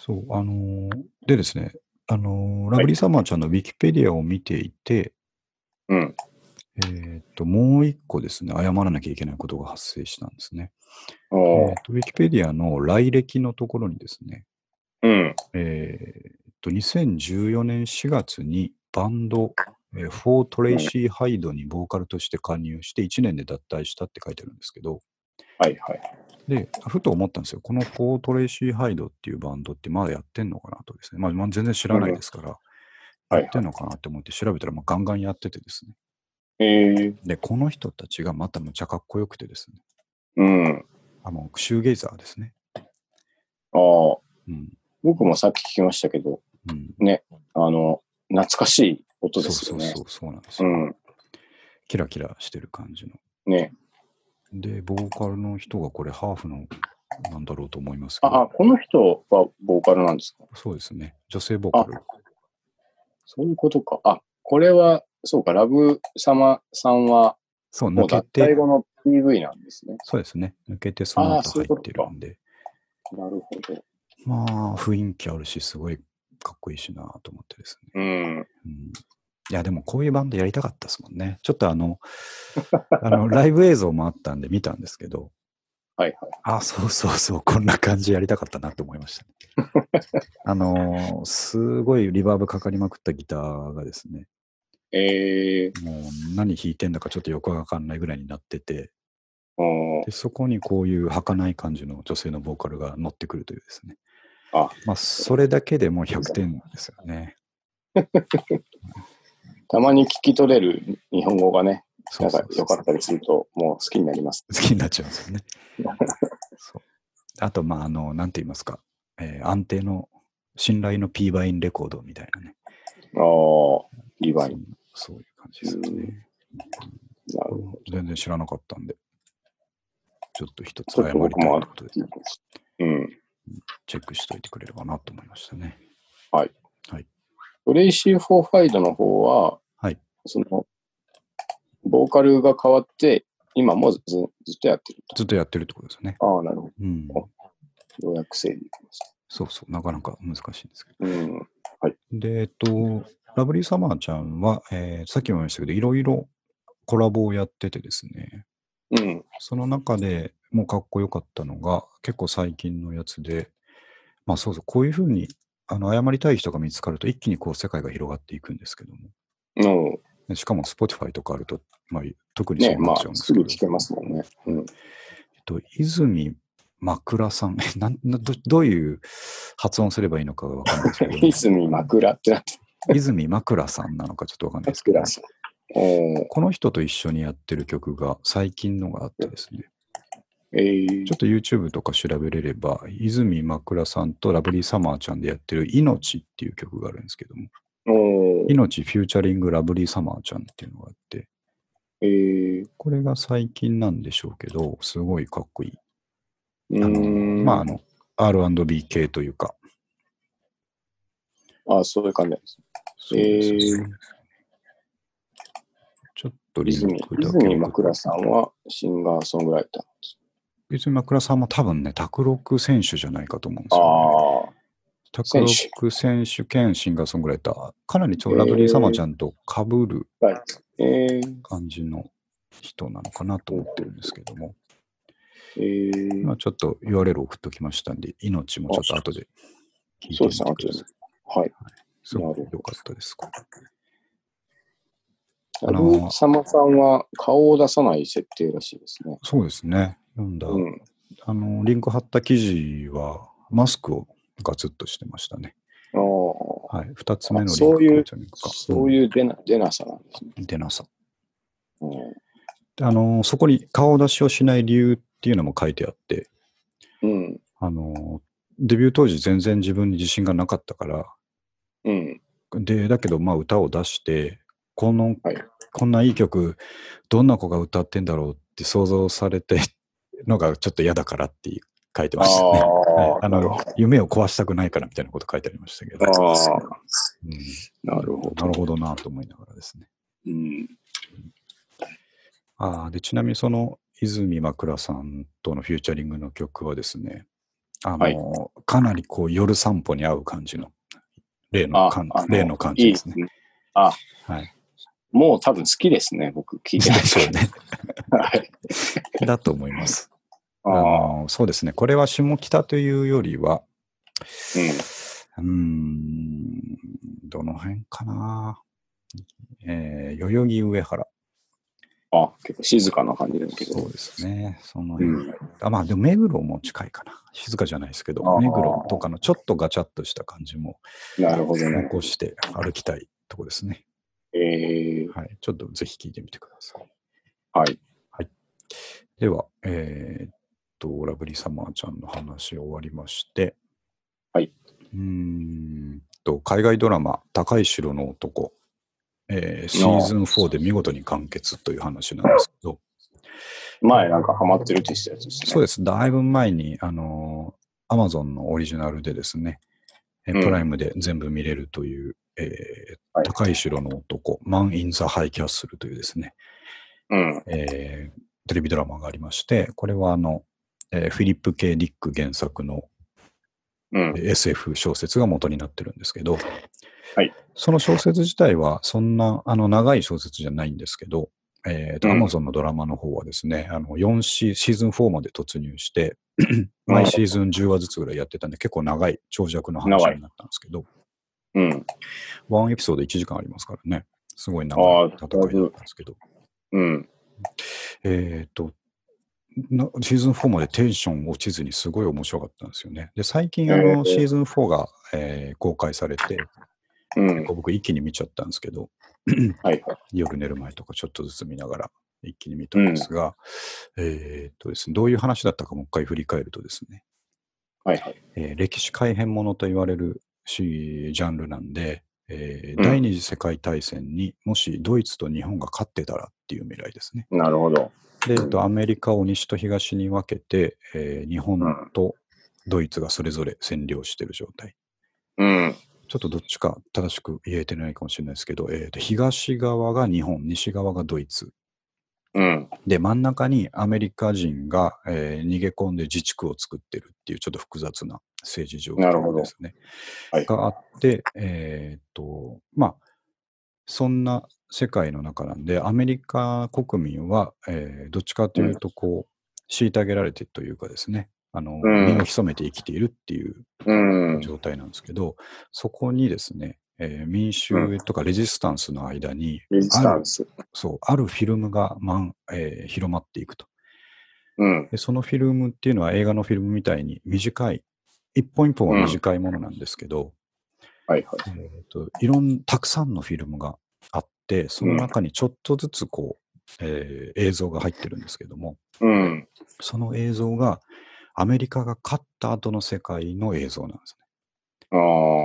B: そう、あのーでですね、あのーラブリーサマーちゃんのウィキペディアを見ていて、
A: うん。
B: えーっと、もう一個ですね、謝らなきゃいけないことが発生したんですね。え
A: お
B: ー
A: ー
B: っとウィキペディアの来歴のところにですね、
A: うん。
B: えーっと、2014年4月にバンド、えーフォー・トレイシー・ハイドにボーカルとして加入して1年で脱退したって書いてあるんですけど、
A: はいはい。
B: で、ふと思ったんですよ。このフォートレイシー・ハイドっていうバンドってまだやってんのかなとですね。まあ、まあ全然知らないですから、
A: はい
B: やってんのかなって思って調べたら、まあ、ガンガンやっててですね。
A: えー、
B: で、この人たちがまたむちゃかっこよくてですね。
A: うん。
B: あの、シューゲイザーですね。
A: ああ、
B: うん。
A: 僕もさっき聞きましたけど、
B: うん。
A: あの、懐かしい音
B: そ
A: で
B: う
A: す
B: そ
A: よ
B: う
A: ね
B: そ。う、そうなんです
A: う
B: よ。
A: ん。
B: キラキラしてる感じの。
A: ね。
B: で、ボーカルの人がこれ、ハーフの、なんだろうと思いますけ
A: あ、あ
B: ど、
A: この人はボーカルなんですか
B: そうですね。女性ボーカル。
A: そういうことか。あ、これは、そうか、ラブ様さんは、
B: そう、
A: も
B: 抜
A: う
B: け
A: 脱
B: て
A: 退、後の PV なんですね。
B: そうですね。抜けてその
A: あー
B: 後
A: そう
B: 入
A: いうこ
B: っ
A: と
B: て
A: か
B: るんで。
A: なるほど。
B: まあ、雰囲気あるし、すごいかっこいいしなと思ってですね。
A: うん。
B: うん、いや、でもこういうバンドやりたかったですもんね。ちょっとあの、あのライブ映像もあったんで見たんですけど、
A: はい
B: あ、そうそうそう、こんな感じやりたかったなと思いました、ね。あのー、すごいリバーブかかりまくったギターがですね、
A: はい。え
B: もう何弾いてんだかちょっとよくわかんないぐらいになってて、
A: ー、うん
B: でそこにこういう儚い感じの女性のボーカルが乗ってくるというですね。
A: あ
B: まあ、それだけでもう100点ですよね。
A: たまに聞き取れる日本語がね、
B: そ
A: な
B: うんそ
A: か
B: うそ
A: 良
B: う
A: かったりすると、もう好きになります。
B: 好きになっちゃうんですよね。そうあと、まあ、あの、なんて言いますか、えー安定の信頼の P バインレコードみたいなね。
A: ああ、リバイン。
B: そうそういう感じですよね。
A: なるほど。
B: 全然知らなかったんで、ちょっと一つ
A: ちょ
B: 謝り
A: っと僕
B: たい
A: も
B: ということで、
A: うん。
B: チェックしておいてくれればなと思いましたね。
A: トレイシー・フォー・ファイドの方は、
B: はい
A: その、ボーカルが変わって、今もずずずっとやってると。
B: ずっとやってるってことですよね。
A: ああ、なるほ
B: うん。
A: ど。ようやく整理できました。
B: そうそう、なかなか難しいんですけ
A: ど。うん。はい。
B: で、えっと、ラブリーサマーちゃんは、えー、さっきも言いましたけど、いろいろコラボをやっててですね。
A: うん。
B: その中でもうかっこよかったのが、結構最近のやつで、まあそうそう、こういうふうに、あの、謝りたい人が見つかると、一気にこう世界が広がっていくんですけど
A: も。
B: うん。しかも、Spotify とかあると、まあ、特にそうなっちゃうんです
A: けど、ねまあ、すぐ聞けますもんね。うん。えっ
B: と、泉枕さん、え、なんど、どういう発音すればいいのかがわかんないですけど、ね、
A: 泉枕ってなって。
B: 泉枕さんなのかちょっとわかんないですけど、ね、この人と一緒にやってる曲が最近のがあってですね、
A: えー、
B: ちょっと YouTube とか調べれれば、泉枕さんとラブリーサマーちゃんでやってる命っていう曲があるんですけども、命フューチャリングラブリーサマーちゃんっていうのがあって、
A: えー、
B: これが最近なんでしょうけど、すごいかっこいい。あのまあ、あの、R&B 系というか。
A: ああそういう感じです。
B: そうですね、えー。ちょっとリズム
A: を泉枕さんはシンガーソングライターです。
B: 泉枕さんも多分ね、卓六選手じゃないかと思うんですよ、ね。卓六選手兼シンガーソングライター。かなりちょ、ラブリーサマちゃんとかぶる感じの人なのかなと思ってるんですけども。
A: えー、
B: まあちょっと URL 送っときましたんで、命もちょっと後で聞いて
A: みてください。はい。
B: すごく良かったです。
A: あの、さまさんは顔を出さない設定らしいですね。
B: そうですね。読んだ、うん、あの、リンク貼った記事は、マスクをガツッとしてましたね。はい。二つ目のリンク
A: そういう、そういう出な出なさなんですね。
B: 出なさ。
A: うん、
B: あの、そこに顔出しをしない理由っていうのも書いてあって、
A: うん、
B: あの、デビュー当時全然自分に自信がなかったから、
A: うん、
B: でだけどまあ歌を出してこの、
A: はい、
B: こんないい曲どんな子が歌ってんだろうって想像されてのがちょっと嫌だからって書いてましたね。あの夢を壊したくないからみたいなこと書いてありましたけど。
A: うん、
B: なるほど。なるほどなと思いながらですね。
A: うん、
B: あでちなみにその泉枕さんとのフューチャリングの曲はですね、あの、はい、かなりこう夜散歩に合う感じの例の感例の感じですね。いいすね
A: あ、
B: はい。
A: もう多分好きですね、僕聞いてな い
B: ですよね。。
A: はい
B: だと思います。あのそうですね、これは下北というよりは、、
A: うん、うん
B: どの辺かな。えー、代々木上原。
A: あ、結構静かな感じですけ
B: ど。そうですね。その辺、うん、あまあ、でも目黒も近いかな。静かじゃないですけど、目黒とかのちょっとガチャっとした感じも、
A: なるほどね。
B: 残して歩きたいとこですね。
A: えー、
B: はい。ちょっとぜひ聞いてみてください。
A: はい。
B: はい。では、えー、っと、ラブリーサマーちゃんの話終わりまして、
A: はい。
B: うんと、海外ドラマ、高い城の男。えー、シーズン4で見事に完結という話なんですけど。
A: 前なんかハマってるってしたやつですね。
B: そうです。だいぶ前に、あのー、アマゾンのオリジナルでですね、えー、プライムで全部見れるという、うん、えーはい、高い城の男、マン・イン・ザ・ハイ・キャッスルというですね、
A: うん、
B: えー、テレビドラマがありまして、これはあの、えー、フィリップ・ケイ・ディック原作の、
A: うん、
B: SF 小説が元になってるんですけど、
A: はい、
B: その小説自体はそんなあの長い小説じゃないんですけど、えーと、Amazon、うん、のドラマの方はですね、あの4シシーズン4まで突入して、毎シーズン10話ずつぐらいやってたんで、結構長い長尺の話になったんですけど、
A: うん、
B: ワンエピソード1時間ありますからね、すごい長い戦いだったんですけど。
A: うん、
B: えっ、ー、と、シーズン4までテンション落ちずにすごい面白かったんですよね。で、最近あのシーズン4が、えー、公開されて、
A: うん、
B: 僕一気に見ちゃったんですけど
A: はい、
B: 夜寝る前とかちょっとずつ見ながら一気に見たんですが、うん、えっとですね、どういう話だったかもう一回振り返るとですね、
A: はいはい
B: えー、歴史改変ものと言われるしジャンルなんで、えー、うん、第二次世界大戦にもしドイツと日本が勝ってたらっていう未来ですね。
A: なるほど。
B: で、えっと、アメリカを西と東に分けて、えー、日本とドイツがそれぞれ占領している状態。
A: うん、
B: ちょっとどっちか正しく言えてないかもしれないですけど、えー、と東側が日本、西側がドイツ。
A: うん。
B: で、真ん中にアメリカ人が、えー逃げ込んで自治区を作ってるっていうちょっと複雑な政治状
A: なるほ
B: 況
A: ど
B: ですね。
A: はい
B: があって、えーっと、まあ、そんな世界の中なんで、アメリカ国民は、えーどっちかというと、こう、虐げられてというかですね、あの、
A: うん
B: 身を潜めて生きているっていう
A: うん。
B: 状態なんですけど、そこにですね、えー民衆とかレジスタンスの間に、
A: レジスタンス。
B: そう、あるフィルムが、まんえー広まっていくと。
A: うん。
B: で、そのフィルムっていうのは映画のフィルムみたいに短い、一本一本は短いものなんですけど、
A: はいはい。
B: えーといろんたくさんのフィルムがあって、その中にちょっとずつこう、えー映像が入ってるんですけども、
A: うん。
B: その映像がアメリカが勝った後の世界の映像なんですね。
A: あ
B: 自
A: あ。まあ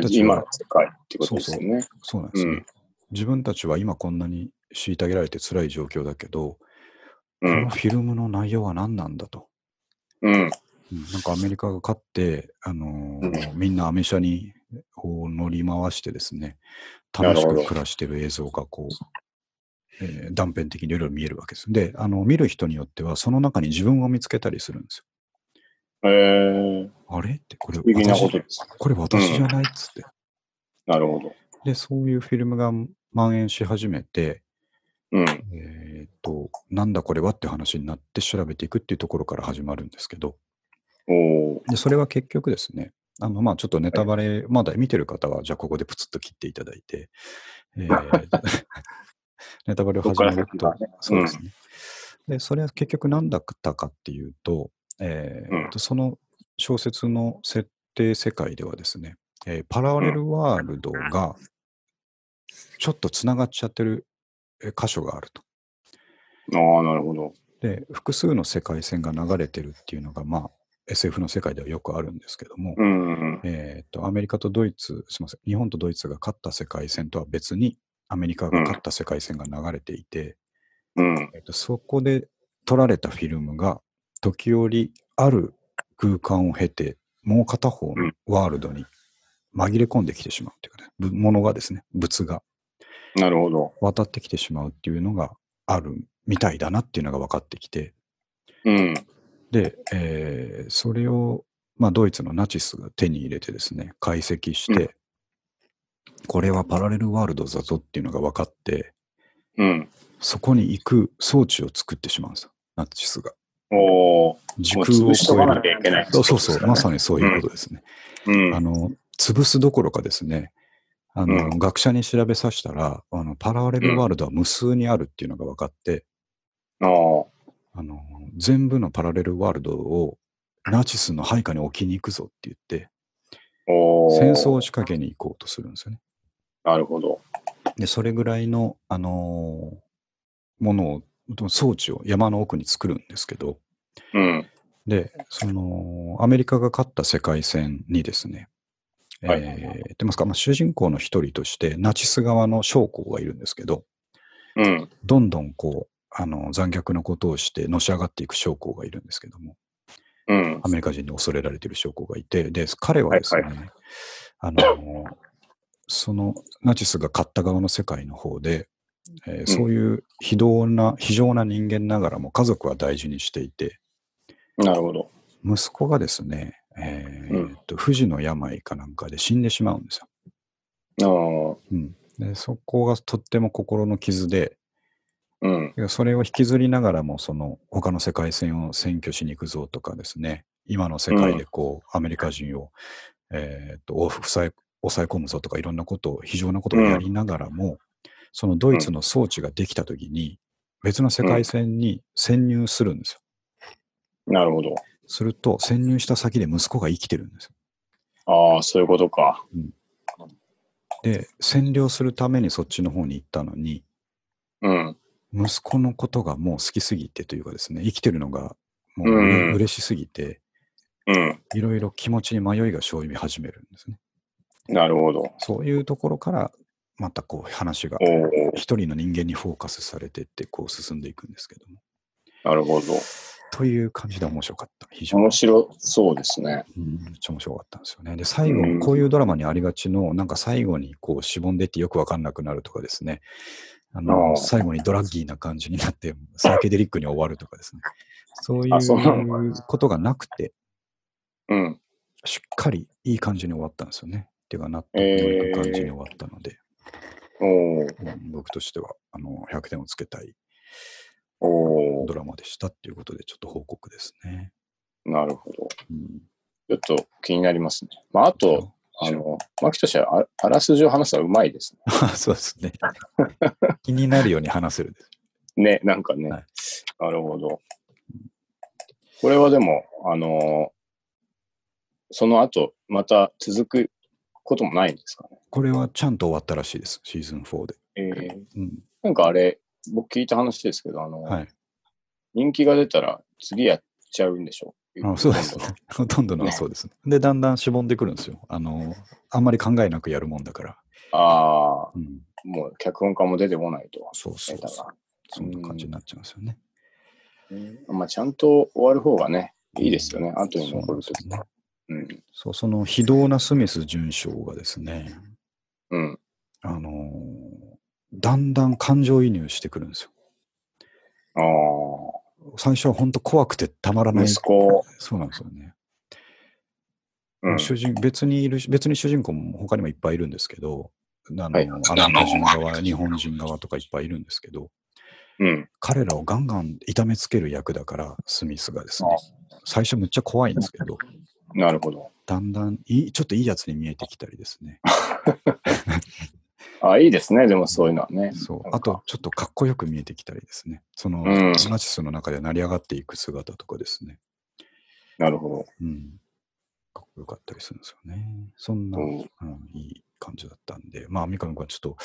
B: 分た、ち
A: 今
B: は
A: の、世界ってことですよね。
B: そうなんですね、
A: うん
B: 自分たちは今こんなに虐げられて辛い状況だけど、こ
A: う
B: の
A: ん。
B: フィルムの内容は何なんだと。
A: うん。
B: うんなんかアメリカが勝って、あのーみんなアメ車にこう乗り回してですね、
A: な
B: 楽
A: る
B: し
A: ほど
B: く暮らしてる映像がこう、えー断片的にいろいろ見えるわけです。で、あの見る人によっては、その中に自分を見つけたりするんです
A: えー、
B: よ。あれってこれ
A: 不思議なこ
B: 私
A: とです。
B: これ私じゃないっつって、
A: なるほど。
B: で、そういうフィルムが蔓延し始めて、
A: うん。
B: えーっと、なんだこれはって話になって調べていくっていうところから始まるんですけど、
A: おー
B: で、それは結局ですね、あの、まあ、ちょっとネタバレ、まだ見てる方は、じゃあここでプツッと切っていただいて、え ーネタバレを始める
A: こっから先
B: と
A: はね、
B: そうですね。で、それは結局何だったかっていうと、えー
A: うん
B: とその小説の設定世界ではですね、えーパラレルワールドがちょっとつながっちゃってるえー箇所があると。
A: ああ、なるほど。
B: で、複数の世界線が流れてるっていうのが、まあ、SF の世界ではよくあるんですけども、
A: うん。
B: えーと、アメリカとドイツ、すみません、日本とドイツが勝った世界戦とは別に、アメリカが勝った世界戦が流れていて、
A: うん。
B: えーとそこで撮られたフィルムが、時折、ある空間を経て、もう片方のワールドに紛れ込んできてしまうというかね、ぶ物がですね、物が
A: なるほど。
B: 渡ってきてしまうっていうのがあるみたいだなっていうのが分かってきて、
A: うん。
B: で、えーそれを、まあ、ドイツのナチスが手に入れてですね、解析して、これはパラレルワールドだぞっていうのが分かって、
A: うん。
B: そこに行く装置を作ってしまうんですよ、ナチスが。
A: おー
B: 時
A: もう
B: 空
A: 潰
B: を
A: しと
B: 超え
A: かなき
B: る。
A: ゃいけない。
B: そうそうそう、まさにそういうことですね。
A: うん
B: あ。の、潰すどころかですね、あの、
A: うん
B: 学者に調べさせたら、あの、パラレルワールドは無数にあるっていうのが分かって、
A: あー
B: あの、全部のパラレルワールドをナチスの配下に置きに行くぞって言って、
A: おー
B: 戦争を仕掛けに行こうとするんですよね。
A: なるほど。
B: で、それぐらいの、あのーものを、装置を山の奥に作るんですけど、
A: うん。
B: で、その、アメリカが勝った世界戦にですね、えー
A: はい
B: 言ってますか、まあ、主人公の一人として、ナチス側の将校がいるんですけど、
A: うん。
B: どんどんこう、あの残虐なことをしてのし上がっていく将校がいるんですけども、
A: うん
B: ア。メリカ人に恐れられている将校がいて、で、彼はですね、
A: はい
B: あの、そのナチスが勝った側の世界の方で、えーそういう非道な、非常な人間ながらも家族は大事にしていて、
A: なるほど。
B: 息子がですね、えー
A: うん
B: えーと不治の病かなんかで死んでしまうんですよ。
A: あー
B: うん、でそこがとっても心の傷で、
A: うん。
B: それを引きずりながらも、その他の世界線を占拠しに行くぞとかですね、今の世界でこう、アメリカ人を、えーっと往復さえ抑え込むぞとか、いろんなことを、非常なことをやりながらも、そのドイツの装置ができたときに、別の世界線に潜入するんですよ。
A: なるほど。
B: すると、潜入した先で息子が生きてるんですよ。
A: ああ、そういうことか。
B: で、占領するためにそっちの方に行ったのに、
A: うん。
B: 息子のことがもう好きすぎてというかですね、生きてるのがもう
A: うん
B: 嬉しすぎて、
A: うん。
B: いろいろ気持ちに迷いが生じ始めるんですね。
A: なるほど。
B: そういうところから、またこう話が
A: おお。
B: 一人の人間にフォーカスされてって、こう進んでいくんですけども。
A: なるほど。
B: という感じで面白かった。非常に
A: 面。白そうですね。
B: うんめっちゃ面白かったんですよね。で、最後
A: うん、
B: こういうドラマにありがちの、なんか最後にこうしぼんでってよくわかんなくなるとかですね、あの、最後にドラッギーな感じになって、サイケデリックに終わるとかですね。そういうことがなくて、
A: うん。
B: しっかりいい感じに終わったんですよね。っていうか、納得のいく感じに終わったので、
A: えー、お
B: 僕としては、あの、100点をつけたい
A: お
B: ドラマでしたっていうことで、ちょっと報告ですね。
A: なるほど。
B: うん、
A: ちょっと気になりますね。まあ、あと、あの、マキとしてはあ、あらすじを話すのはうまいですね。
B: そうですね。 気になるように話せるです。
A: ね、なんかね、はい、なるほど。これはでも、あのー、その後、また続くこともないんですかね。
B: これはちゃんと終わったらしいです、シーズン4で。
A: えー
B: うん、
A: なんかあれ、僕聞いた話ですけど、あの、
B: はい、
A: 人気が出たら次やっちゃうんでしょ
B: あそうですね。 ほとんどのはそうですね。ねで、だんだんしぼんでくるんですよ。あの、あんまり考えなくやるもんだから。
A: ああ、
B: うん、
A: もう脚本家も出てこないと。
B: そうそうそう。そんな感じになっちゃうんですよね。
A: うん、まあ、ちゃんと終わる方がね、いいですよね。うん、後に残るときね。うん、
B: そう、その非道なスミス准将がですね、
A: うん。
B: あのだんだん感情移入してくるんですよ。
A: ああ。
B: 最初は本当怖くてたまらない。
A: 息子。
B: そうなんですよね。
A: うん、
B: 主人別にいる別に主人公も他にもいっぱいいるんですけど、あの、はい、アランダ人側、日本人側とかいっぱいいるんですけど、
A: うん、
B: 彼らをガンガン痛めつける役だから、スミスがですね、最初むっちゃ怖いんですけど、
A: なるほど。
B: だんだんいい、ちょっといいやつに見えてきたりですね。
A: あいいですね、でもそういうのはね。
B: そう。あと、ちょっとかっこよく見えてきたりですね。その、
A: うん、
B: ナチスの中で成り上がっていく姿とかですね。
A: なるほど。
B: うん。かっこよかったりするんですよね。そんな、うん、うん、いい感じだったんで、まあ、三上君はちょっと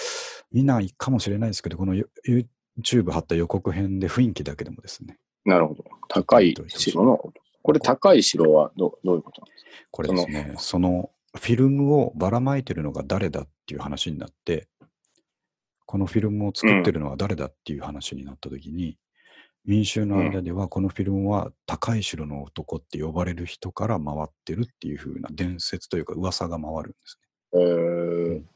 B: 見ないかもしれないですけど、この YouTube 貼った予告編で雰囲気だけでもですね。
A: なるほど。高い城の、これ高い城はどどういうことなんですか
B: これですね、そのフィルムをばらまいてるのが誰だっていう話になって、このフィルムを作ってるのは誰だっていう話になった時に、うん、民衆の間ではこのフィルムは高い城の男って呼ばれる人から回ってるっていう風な伝説というか噂が回るんです
A: ね。えーうん、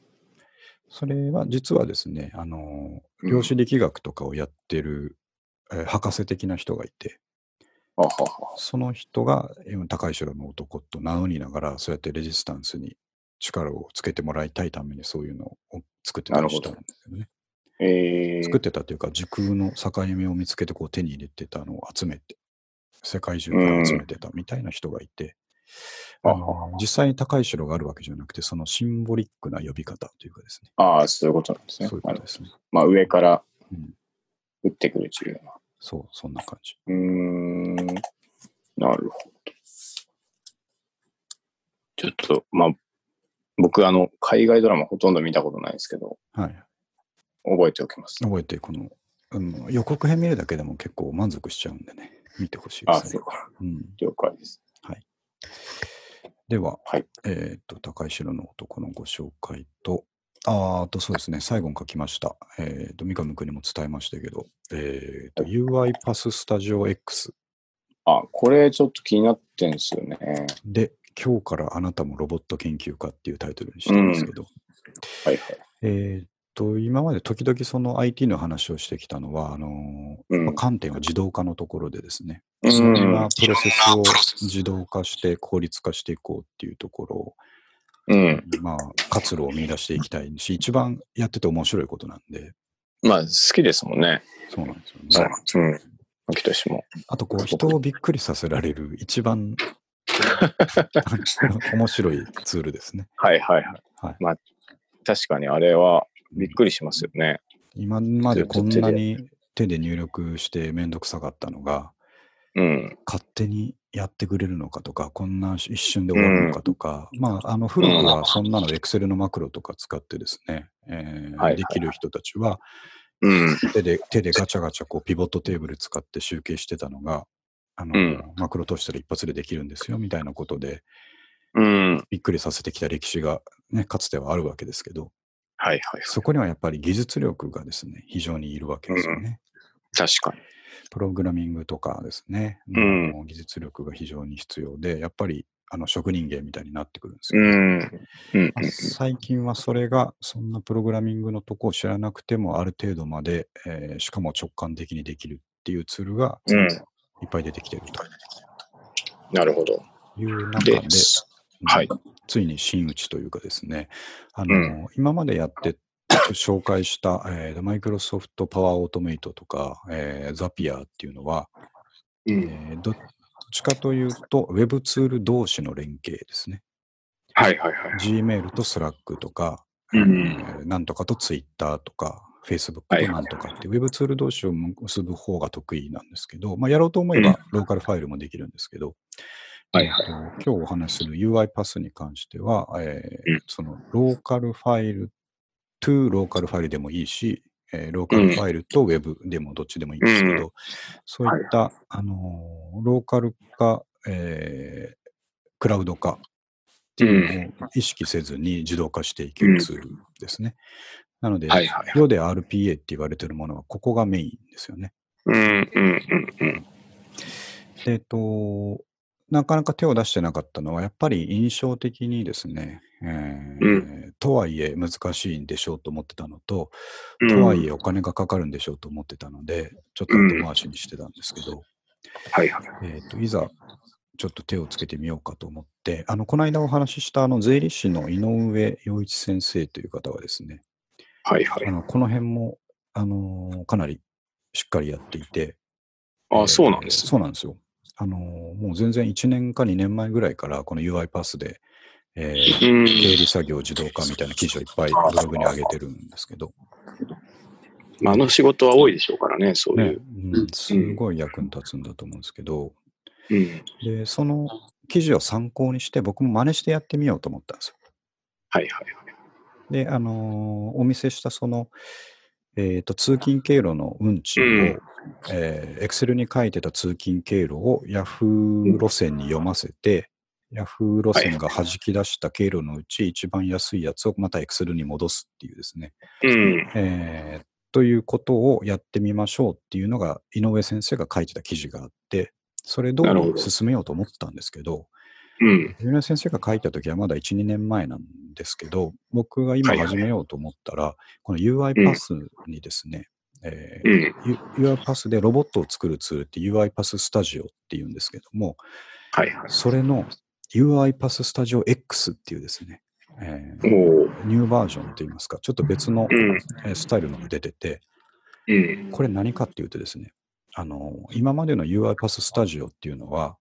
B: それは実はですね、あの、量子力学とかをやってる、うん、えー、博士的な人がいて、その人が高い城の男と名乗りながら、そうやってレジスタンスに力をつけてもらいたいためにそういうのを作ってたりしたんですよね。
A: えー、
B: 作ってたというか、時空の境目を見つけてこう手に入れてたのを集めて、世界中から集めてたみたいな人がいて、うん、あの実際に高い城があるわけじゃなくて、そのシンボリックな呼び方というかですね。
A: ああ、そういうことなんですね。
B: そういうことですね。
A: まあ、上から打ってくるというような。うん
B: そう、そんな感じ。
A: うん、なるほど。ちょっと、まあ、僕、あの、海外ドラマほとんど見たことないですけど、
B: はい。
A: 覚えておきます、
B: ね。覚えて、この、うん、予告編見るだけでも結構満足しちゃうんでね、見てほしいです、ね。
A: あ、そうか。
B: うん、
A: 了解です。
B: はい。では、
A: はい、
B: えっ、ー、と、高い城の男のご紹介と、ああとそうですね、最後に書きました。えっ、ー、と、三上君にも伝えましたけど、えっ、ー、と、UiPass Studio X。
A: あ、これちょっと気になってんですよね。
B: で、今日からあなたもロボット研究家っていうタイトルにしてるんですけど、うん、
A: はいはい。
B: えっ、ー、と、今まで時々その IT の話をしてきたのは、あの、うんまあ、観点は自動化のところでですね、
A: うん、
B: いろんなプロセスを自動化して効率化していこうっていうところを、
A: うん、
B: まあ、活路を見出していきたいし、一番やってて面白いことなんで。
A: まあ、好きですもんね。
B: そうなんですよね。
A: そううん。秋田氏も。
B: あと、こう、人をびっくりさせられる一番 面白いツールですね。
A: はいはいはい。
B: はい、
A: まあ、確かにあれはびっくりしますよね。
B: 今までこんなに手で入力してめんどくさかったのが、
A: うん、
B: 勝手にやってくれるのかとか、こんな一瞬で終わるのかとか、うん、まあ、あの古くはそんなの Excel のマクロとか使ってですね、うん、えー、はいはい、できる人たちは、
A: うん、
B: 手で手でガチャガチャこうピボットテーブル使って集計してたのが、あの、うん、マクロ通したら一発でできるんですよみたいなことで、
A: うん、
B: びっくりさせてきた歴史が、ね、かつてはあるわけですけど、
A: はいはいはい、
B: そこにはやっぱり技術力がですね、非常にいるわけですよね。
A: 確かに。
B: プログラミングとかですね、
A: うん、
B: 技術力が非常に必要で、やっぱりあの職人芸みたいになってくるんです
A: う
B: よ、
A: ん。うん。
B: まあ最近はそれが、そんなプログラミングのとこを知らなくても、ある程度まで、えーしかも直感的にできるっていうツールが、
A: うん
B: いっぱい出てきてる
A: なるほど。
B: という中で、
A: で、はい。
B: ついに真打ちというかですね、あの今までやって紹介した、えーマイクロソフトパワーオートメイトとか、えーザピアっていうのは、
A: う
B: え。ーどっちかというと、ウェブツール同士の連携ですね。
A: はいはいはい。
B: Gmail と Slack とか、
A: うん
B: えーなんとかと Twitter とか、Facebook と
A: はいはい
B: なんとかっていう、ウェブツール同士を結ぶ方が得意なんですけど、まあ、やろうと思えばローカルファイルもできるんですけど、
A: はいはい
B: えーと今日お話しする UiPath に関しては、えー
A: うん
B: そのローカルファイル to ローカルファイルでもいいし、えーローカルファイルと Web でもどっちでもいいんですけど、
A: う
B: そういった、あのーローカル化、えークラウド化っていうのを意識せずに自動化していけるツールですね。なので、
A: はいはい。
B: 世で RPA って言われてるものは、ここがメインですよね。
A: うんうんうんうん。
B: えっ、と、なかなか手を出してなかったのは、やっぱり印象的にですね、えー
A: う
B: とはいえ難しいんでしょうと思ってたのと、
A: うん
B: とはいえお金がかかるんでしょうと思ってたので、ちょっと後回しにしてたんですけど、
A: はいはい。
B: えー、といざちょっと手をつけてみようかと思って、あのこの間お話ししたあの税理士の井上洋一先生という方はですね、
A: はいはい
B: あ。のこの辺も、あのーかなりしっかりやっていて、え
A: あ、
B: ー
A: そうなんです。
B: そうなんですよ。あのーもう全然1年か2年前ぐらいから、この UI パスで、えー
A: うん。
B: 経理作業自動化みたいな記事をいっぱいブログに上げてるんですけど、
A: まあ、あの仕事は多いでしょうからね、そう
B: ね
A: いう。
B: うん、すごい役に立つんだと思うんですけど、
A: うん。
B: で、その記事を参考にして、僕も真似してやってみようと思ったんですよ。
A: はいはい
B: で、あのーお見せしたその、えー、と通勤経路の運賃を、
A: うん
B: えー Excel に書いてた通勤経路を Yahoo 路線に読ませて、Yahoo 路線が弾き出した経路のうち一番安いやつをまた Excel に戻すっていうですね、
A: はい。うん。
B: えーということをやってみましょうっていうのが井上先生が書いてた記事があって、それ通
A: なるほど
B: り進めようと思ったんですけど、
A: うん。
B: 井上先生が書いた時はまだ1、2年前なんですけど、僕が今
A: はいはい
B: 始めようと思ったら、この UI パスにですね、えー
A: うん。
B: U- UI パスでロボットを作るツールって UI パススタジオっていうんですけども、
A: はいはい。
B: それの UI パススタジオ X っていうですね、えー
A: おお。
B: ニューバージョンといいますか、ちょっと別の、
A: うん。
B: えースタイルのが出てて、
A: うん。
B: これ何かっていうとですね、あの今までの UI パススタジオっていうのは、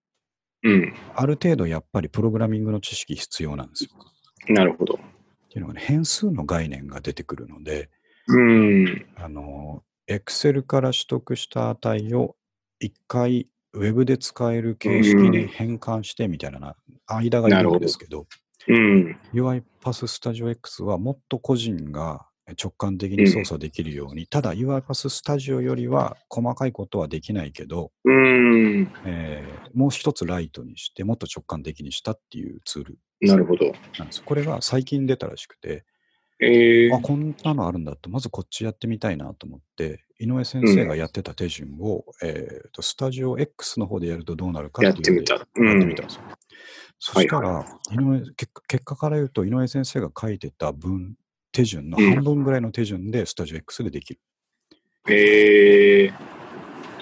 A: うん。
B: ある程度やっぱりプログラミングの知識必要なんですよ。
A: なるほど。
B: っていうのがね、変数の概念が出てくるので、
A: うん。
B: あの、Excel から取得した値を一回 Web で使える形式に変換してみたいなな間がいるんですけど、
A: うん。
B: UiPath Studio X はもっと個人が直感的に操作できるように、ただ UiPath Studio よりは細かいことはできないけど、
A: うん。
B: えーもう一つライトにして、もっと直感的にしたっていうツール
A: なるほど。
B: なんです。これが最近出たらしくて、
A: ええ
B: あ、こんなのあるんだって、まずこっちやってみたいなと思って、井上先生がやってた手順を、えーとスタジオ X の方でやるとどうなるか
A: や
B: っ
A: ってて
B: いうの
A: み
B: で
A: た。
B: や
A: う
B: って
A: ん
B: みたん。ですよ。そしたら、井上結果結果から言うと、井上先生が書いてた文、手順の
A: うん
B: 半分ぐらいの手順でスタジオ X でできる。
A: ええ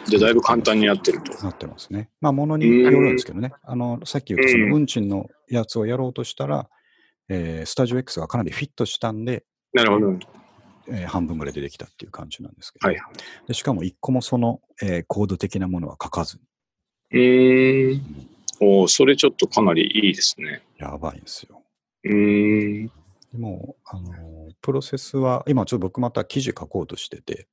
A: じゃあ、だいぶ簡単になってると。
B: なってますね。まあ、ものによるんですけどね、あのさっき言ったそ
A: うん
B: の運賃のやつをやろうとしたら、えースタジオ X がかなりフィットしたんで、
A: なるほど。
B: えー半分ぐらいでできたっていう感じなんですけど。
A: はい。
B: でしかも一個もその、えーコード的なものは書かずに。
A: うーん。おお、それちょっとかなりいいですね。
B: やばいんですよ。
A: うーん。
B: でも、あのープロセスは、今ちょっと僕また記事書こうとしてて、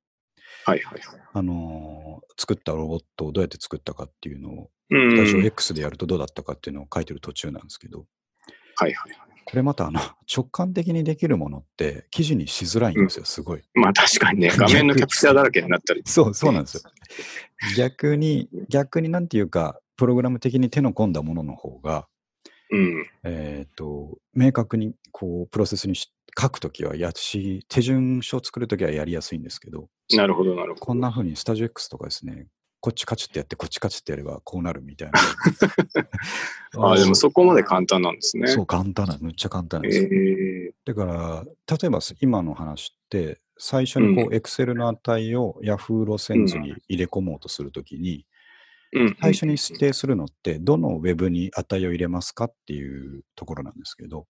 A: はいはいはい。
B: あのー作ったロボットをどうやって作ったかっていうのを、
A: うん。
B: スタジオ
A: はい
B: X でやるとどうだったかっていうのを書いてる途中なんですけど、
A: はいはい。
B: これまたあの 直感的にできるものって記事にしづらいんですよ、すごい。
A: まあ 確かにね、画面のキャプチャーだらけになったり。
B: そう、そうなんです よ。逆に、逆になんていうか、プログラム的に手の込んだものの方が、
A: うん。
B: えー、と明確にこうプロセスにし書くときはやし、手順書を作るときはやりやすいんですけど、
A: なるほどなるほど。
B: こんな風にスタジオ X とかですね、こっちカチってやって、こっちカチってやればこうなるみたい
A: な。 ああ、でもそこまで簡単なんですね。
B: そう、簡単なんです。むっちゃ簡単なんです。
A: え
B: だから、例えば今の話って、最初にこう、エクセルの値を Yahoo 路線図に入れ込もうとするときに、
A: ーうん
B: 最初に指定するのって、どのウェブに値を入れますかっていうところなんですけど、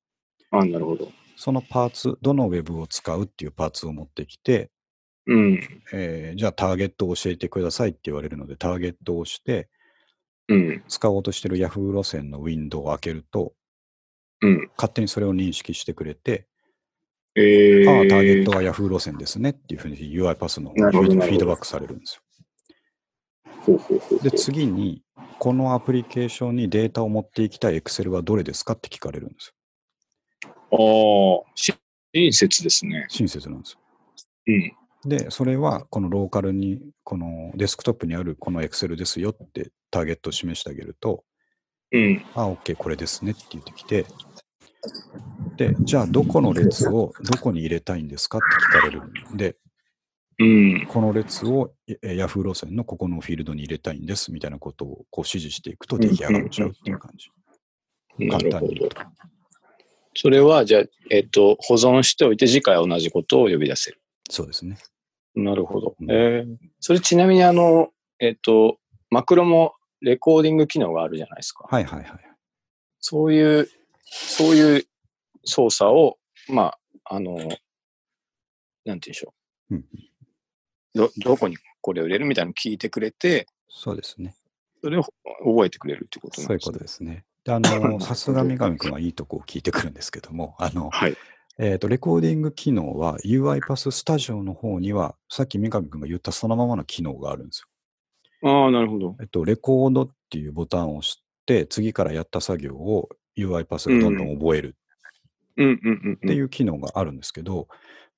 A: あ、なるほど。
B: そのパーツ、どのウェブを使うっていうパーツを持ってきて、
A: うん。
B: えーじゃあターゲットを教えてくださいって言われるので、ターゲットを押して、
A: うん。
B: 使おうとしてる Yahoo 路線のウィンドウを開けると、
A: うん。
B: 勝手にそれを認識してくれて、
A: えー、
B: ああ、ターゲットは Yahoo 路線ですねっていうふうに UiPath の
A: なるほ
B: フ
A: ど
B: ィ
A: なる
B: ー
A: ほど
B: ドバックされるんです
A: ほうほうほう
B: よ。
A: ほ
B: で、
A: う
B: 次に、このアプリケーションにデータを持っていきたい Excel はどれですかって聞かれるんですよ。
A: ああ、し親切ですね。
B: 親切なんですよ。
A: うん。
B: で、それはこのローカルに、このデスクトップにあるこの Excel ですよってターゲットを示してあげると、
A: うん。
B: あ、OK、これですねって言ってきて、で、じゃあどこの列をどこに入れたいんですかって聞かれるんで、
A: うん。
B: この列をええ Yahoo 路線のここのフィールドに入れたいんですみたいなことをこう指示していくと出来上がっちゃうっていう感じ。
A: なるほ
B: 簡単に言
A: ど
B: う。
A: それは、じゃあ、えっ、と、保存しておいて、次回同じことを呼び出せる。
B: そうですね。
A: なるほど。
B: うん
A: えーそれちなみに、あの、えっ、と、マクロもレコーディング機能があるじゃないですか。
B: はいはいはい。
A: そういう、そういう操作を、まあ、あの、なんて言うんでしょう。
B: うん
A: ど、どこにこれを入れるみたいなのを聞いてくれて、
B: そうですね。
A: それを覚えてくれるってことなん
B: そうい
A: で
B: う
A: す
B: こと
A: ね。
B: ですね。であの、さすが三上君はいいとこを聞いてくるんですけども、あの、
A: はい。
B: えっ、と、レコーディング機能は UiPath Studio の方には、さっき三上君が言ったそのままの機能があるんですよ。
A: ああ、なるほど。
B: えっと、レコードっていうボタンを押して、次からやった作業を UiPath がどんどん覚える
A: うんうんうんうん。
B: っていう機能があるんですけど、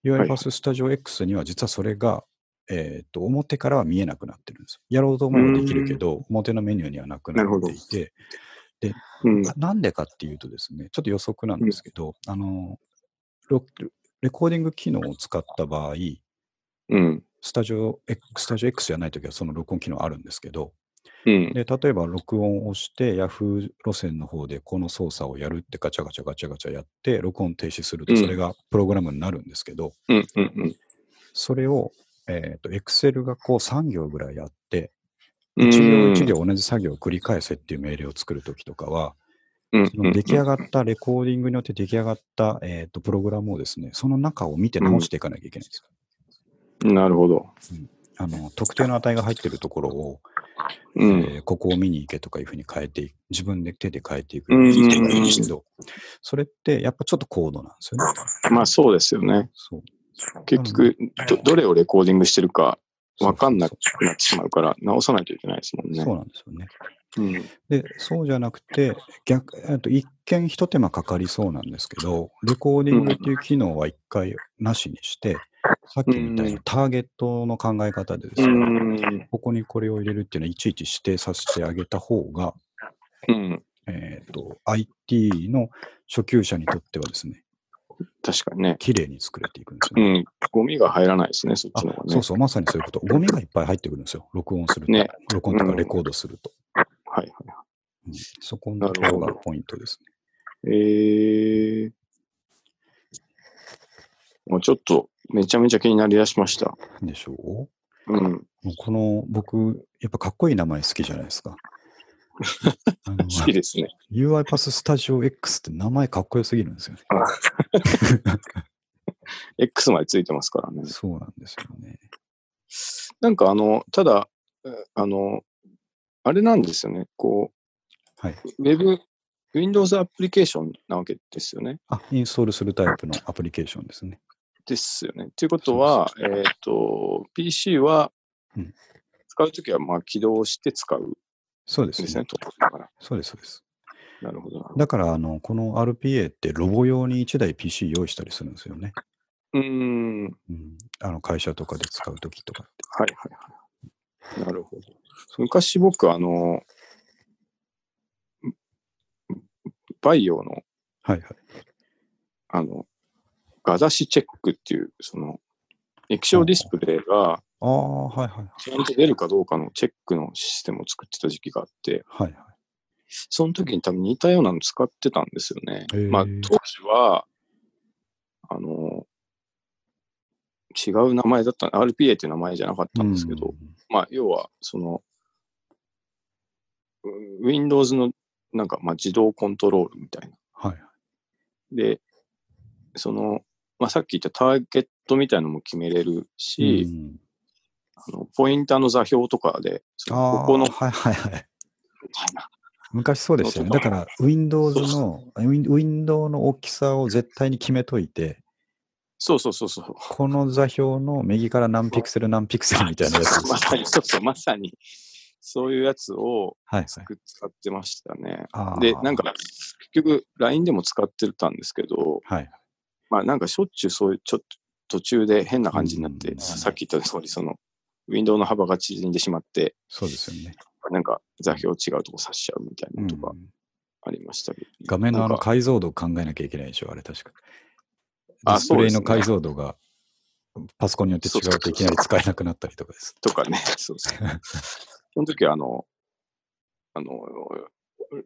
B: UiPath Studio X には実はそれが、えっと表からは見えなくなってるんですよ。やろうと思えばできるけど、表のメニューにはなくなっていて、
A: うん。
B: あなんでかっていうとですね、ちょっと予測なんですけど、あのロレコーディング機能を使った場合、
A: うん。
B: スタジオ X, スタジオ X じゃないときはその録音機能あるんですけど、
A: うん。
B: で、例えば録音をして、Yahoo 路線の方でこの操作をやるってガチャガチャガチャガチャやって、録音停止すると
A: うん
B: それがプログラムになるんですけど、
A: うんうんうん。
B: それを、えっ、と、Excel がこう3行ぐらいやって、
A: うん
B: 1行1行同じ作業を繰り返せっていう命令を作るときとかは、
A: うん
B: その出来上がったレコーディングによって出来上がった、えっ、と、プログラムをですね、その中を見て直していかなきゃいけないんですよ。
A: なるほど。
B: あの、特定の値が入ってるところを、
A: う
B: え
A: ん。
B: ーここを見に行けとかいうふうに変えていく、自分で手で変えていく
A: うんうんうん
B: 必要があるんですけど、それってやっぱちょっと高度なんですよね。
A: まあそうですよね。
B: そう
A: 結局、どどれをレコーディングしてるか
B: そう
A: 分かんなくなってしまうから、直さないといけないですもんね
B: そう。なんですよね。
A: うん
B: で、そうじゃなくて、逆、えっと一見一手間かかりそうなんですけど、レコーディングっていう機能は一回なしにして、さっきみたいなターゲットの考え方でで
A: う
B: すね、
A: ん。
B: ここにこれを入れるっていうのはいちいち指定させてあげた方が、
A: うん。
B: えっ、と、IT の初級者にとってはですね、
A: 確かにね。
B: 綺麗に作れていくんですよ
A: う
B: ね。
A: ん。ゴミが入らないですね、そっ
B: あ
A: ちの方が
B: そう
A: ね。
B: そう、まさにそういうこと。ゴミがいっぱい入ってくるんですよ。録音すると。
A: ね
B: 録音と
A: う
B: か
A: ん
B: レコードすると。
A: はいは
B: うんそこのところがポイントですね。
A: い。えー。もうちょっと、めちゃめちゃ気になりだしました。
B: でしょう
A: うん。
B: もうこの、僕、やっぱかっこいい名前好きじゃないですか。あ の
A: 好きですね。
B: UiPath Studio X って名前かっこよすぎるんですよね。
A: X までついてますからね。
B: そうなんですよね。
A: なんかあの、ただ、えあの、あれなんですよね。こ
B: はい。
A: う、Web、Windows アプリケーションなわけですよね。
B: あ、インストールするタイプのアプリケーションですね。
A: ですよね。ということは、えっ、と、PC は
B: うん、
A: 使うときは、まあ、起動して使うん
B: そうで
A: ですすね、
B: ね。
A: とだから。
B: そうです、そうです。
A: なるほどなるほど。
B: だから、あの、この RPA ってロボ用に1台 PC 用意したりするんですよね。
A: うーん、はい
B: うん。あの、会社とかで使うときとかって。
A: はいはい。なるほど。昔僕、あの、バイオの、
B: はいはい。
A: あの、ガザシチェックっていう、その、液晶ディスプレイが、
B: あああ、はいはい。
A: ちゃんと出るかどうかのチェックのシステムを作ってた時期があって、
B: はいはい。
A: その時に多分似たようなの使ってたんですよね
B: へー。
A: まあ、当時は、あの、違う名前だった、RPA っていう名前じゃなかったんですけど、まあ、要は、その、う Windows の、なんか、まあ、自動コントロールみたいな。
B: はいはい。
A: で、その、まあ、さっき言ったターゲットみたいのも決めれるし、
B: うん
A: あのポインターの座標とかで、その
B: あ
A: こ
B: あ、
A: この、み
B: はいはいはい。
A: たいな
B: 昔そうでしたよね。
A: そ
B: だ
A: うそ
B: か
A: う
B: ら、Windows の、ウィンウィンドウの大きさを絶対に決めといて、
A: そうそうそうそう。
B: この座標の右から何ピクセル何ピクセルみたいなやつです。
A: まさに、そうそう、まさに、そういうやつを
B: はいはい。
A: 作っ使ってましたね。
B: あー
A: で、なんか、結局、LINE でも使ってたんですけど、
B: はい。
A: まあ、なんかしょっちゅうそういう、ちょっと途中で変な感じになって、
B: うん
A: ささっき言った通り、その、ウィンドウの幅が縮んでしまって、
B: そうですよね。
A: なんか座標違うとこ刺しちゃうみたいなのとか
B: うん
A: ありましたけど、
B: 画面のあ
A: な
B: の
A: んか
B: 解像度を考えなきゃいけないでしょ、あれ確か。ディ
A: あ
B: スプレイの
A: そう
B: 解
A: です
B: 像度がパソコンによって違うといきなり使えなくなったりとかです。
A: とかね、そうそう。 その時はあの、あの、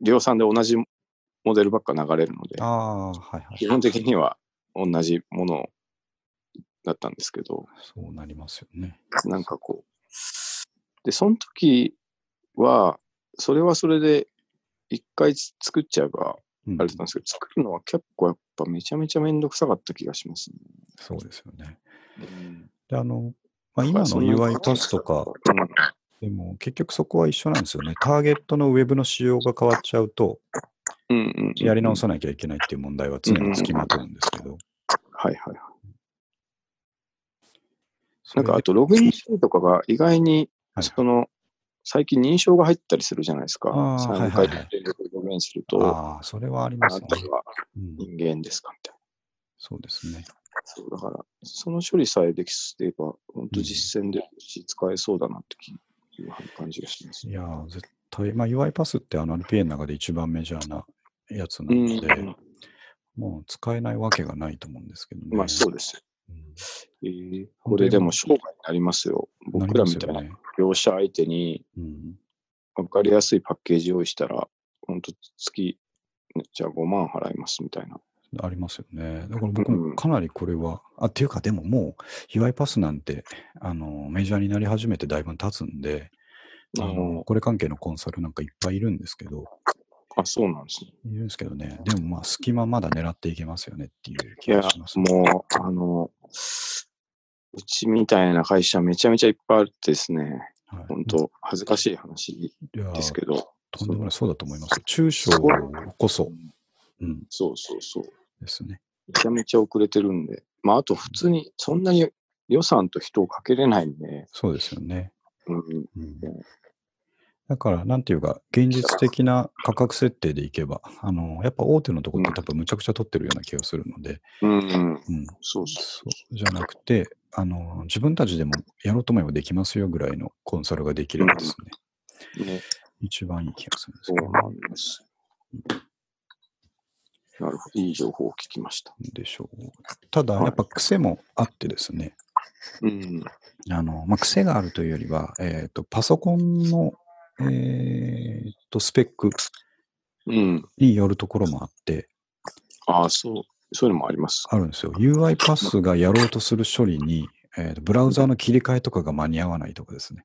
A: 量産で同じモデルばっか流れるので
B: あ、あ、はいはい。
A: 基本的には同じものだったんですけど、
B: そうなりますよね。
A: なんかこう。で、その時は、それはそれで、一回作っちゃえば、
B: うん
A: あれだったんですけど、作るのは結構やっぱめちゃめちゃめんどくさかった気がします
B: そうですよね。
A: ね。
B: で、あの、まあ、今の
A: そんな
B: UI パスとか、
A: うん
B: でも結局そこは一緒なんですよね。ターゲットのウェブの仕様が変わっちゃうと、
A: うんうんうん、
B: やり直さなきゃいけないっていう問題は常につきまとうんですけど。
A: はいはいはい。
B: それ
A: なん
B: で
A: かあと、ログインしたりとかが意外に、
B: はい
A: その、最近認証が入ったりするじゃないですか。
B: あー
A: 3
B: はい
A: 回
B: はいはい
A: 連続ログインすると、
B: ああ、それはあり
A: あ
B: ます
A: な
B: ね。
A: たは
B: うん、
A: 人間ですかみたいな。
B: そうですね。
A: そうだから、その処理さえできれば、本当実践でし使えそうだなってきいう感じがします
B: い
A: ね。
B: やー、絶対、まあ、UI パスってあの RPA の中で一番メジャーなやつな
A: う
B: ので、
A: ん、
B: もう使えないわけがないと思うんですけどね。
A: まあそうですよ。
B: うん
A: えーこれでも商売になりますよ。僕らみたい
B: な
A: な
B: ります
A: 業者相手に
B: よね
A: 分かりやすいパッケージ用意したら、本当月、ねじゃあ5万払いますみたいな。
B: うん。ありますよね。だから僕
A: う
B: も
A: ん
B: かなりこれは、あ、っていうかでももう UI パスなんて、あの、メジャーになり始めてだいぶ経つんで、あの、これ関係のコンサルなんかいっぱいいるんですけど、
A: あ、そうなんですね。
B: いるんですけどね、でもまあ、隙間まだ狙っていけますよねっていう
A: い
B: 気
A: や
B: がしま、すね。
A: もう、あの、うちみたいな会社めちゃめちゃいっぱいあるってですね、
B: はい
A: 本当恥ずかしい話
B: いや
A: ですけど、
B: とんでもない、そうだと思います。中小こそ、うん、
A: そうそうそう。
B: ですね。
A: めちゃめちゃ遅れてるんで。まあ、あと普通に、そんなに予算と人をかけれないんで、
B: そうですよね。
A: うん、
B: うん
A: うん
B: だから、なんていうか、現実的な価格設定でいけば、あの、やっぱ大手のとこって多分むちゃくちゃ取ってるような気がするので、
A: うん、うん、
B: うん、
A: そうそ
B: そうじゃなくて、あの、自分たちでもやろうと思えばできますよぐらいのコンサルができればですね、
A: う。ね、
B: 一番いい気がするんです
A: そ
B: け
A: う
B: どね
A: なんです。なるほど、いい情報を聞きました。
B: でしょう。ただ、
A: はい
B: やっぱ癖もあってですね、
A: うん、
B: あの、まあ、癖があるというよりは、えっ、と、パソコンの、えっ、と、スペック
A: うん。
B: によるところもあって、
A: ああ、そう、そういうのもあります。
B: あるんですよ。UI パスがやろうとする処理に、えーとブラウザーの切り替えとかが間に合わないとかですね。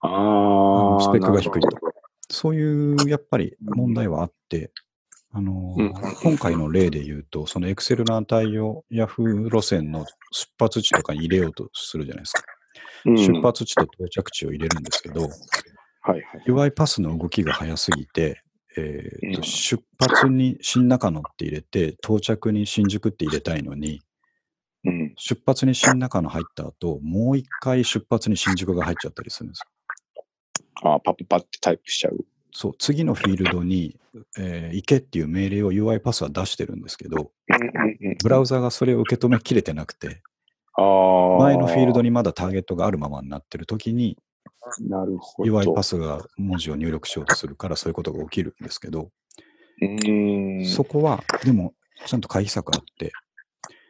A: あ
B: の
A: あ、
B: スペックが低いと
A: なるほど。
B: そういう、やっぱり問題はあって、あのー
A: うん
B: 今回の例で言うと、その Excel の値を Yahoo 路線の出発地とかに入れようとするじゃないですか。
A: うん
B: 出発地と到着地を入れるんですけど、
A: はいはい。
B: UI パスの動きが早すぎて、えー
A: う
B: と
A: ん
B: 出発に新中野って入れて、到着に新宿って入れたいのに、
A: うん。
B: 出発に新中野入った後、もう一回出発に新宿が入っちゃったりするんですよ。
A: ああ、パッパってタイプしちゃう。
B: そう、次のフィールドに、えー行けっていう命令を UI パスは出してるんですけど、ブラウザがそれを受け止めきれてなくて、
A: ああ。
B: 前のフィールド
A: に。
B: にまだターゲットがあるままになってる時に、
A: なるほど。
B: UI パスが文字を入力しようとするから、そういうことが起きるんですけど、
A: うん。
B: そこは、でも、ちゃんと回避策あって、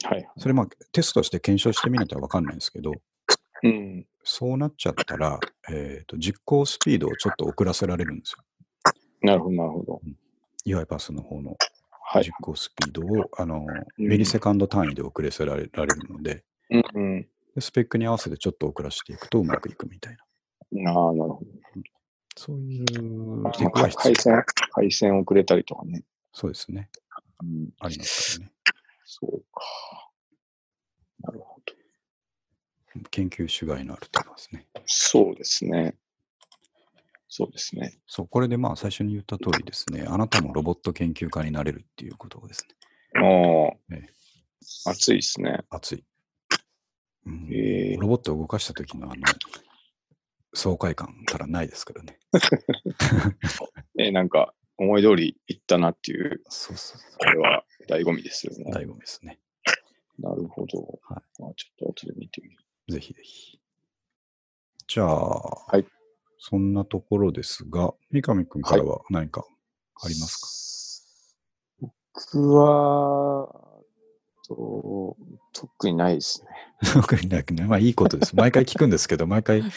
A: はい。
B: それまあテストして検証してみないとわかんないんですけど、
A: うん。
B: そうなっちゃったら、えーと、実行スピードをちょっと遅らせられるんですよ。
A: なるほど、なるほど。
B: UiPath の方の実行スピードを、はい、あの、うん、ミリセカンド単位で遅れせられられるので、
A: うんうん、
B: で、スペックに合わせてちょっと遅らせていくとうまくいくみたい
A: な。ああ、なるほど。
B: そういう
A: テクが必要。回線、回線遅れたりとかね。
B: そうですね。うん、ありますからね。
A: そうか。なるほど。
B: 研究主外のあるテーマですね。
A: そうですね。そうですね。
B: そう、これでまあ最初に言った通りですね、あなたもロボット研究家になれるっていうことです
A: ね。ああ、ええ、熱いですね。
B: 熱い、うん、えー、ロボットを動かした時のあの、爽快感たらないですからね。
A: えなんか思い通りいったなっていう、
B: そうそうそう
A: これは醍醐味ですよね。
B: 醍醐味ですね。
A: なるほど。、
B: はい
A: まあ、ちょっと後で見てみる。
B: ぜひぜひ。じゃあ、
A: はい、
B: そんなところですが、三上君からは何か あります
A: か、はい、僕はと、特にないですね。
B: 特になくね。まあいいことです。毎回聞くんですけど、毎回、ま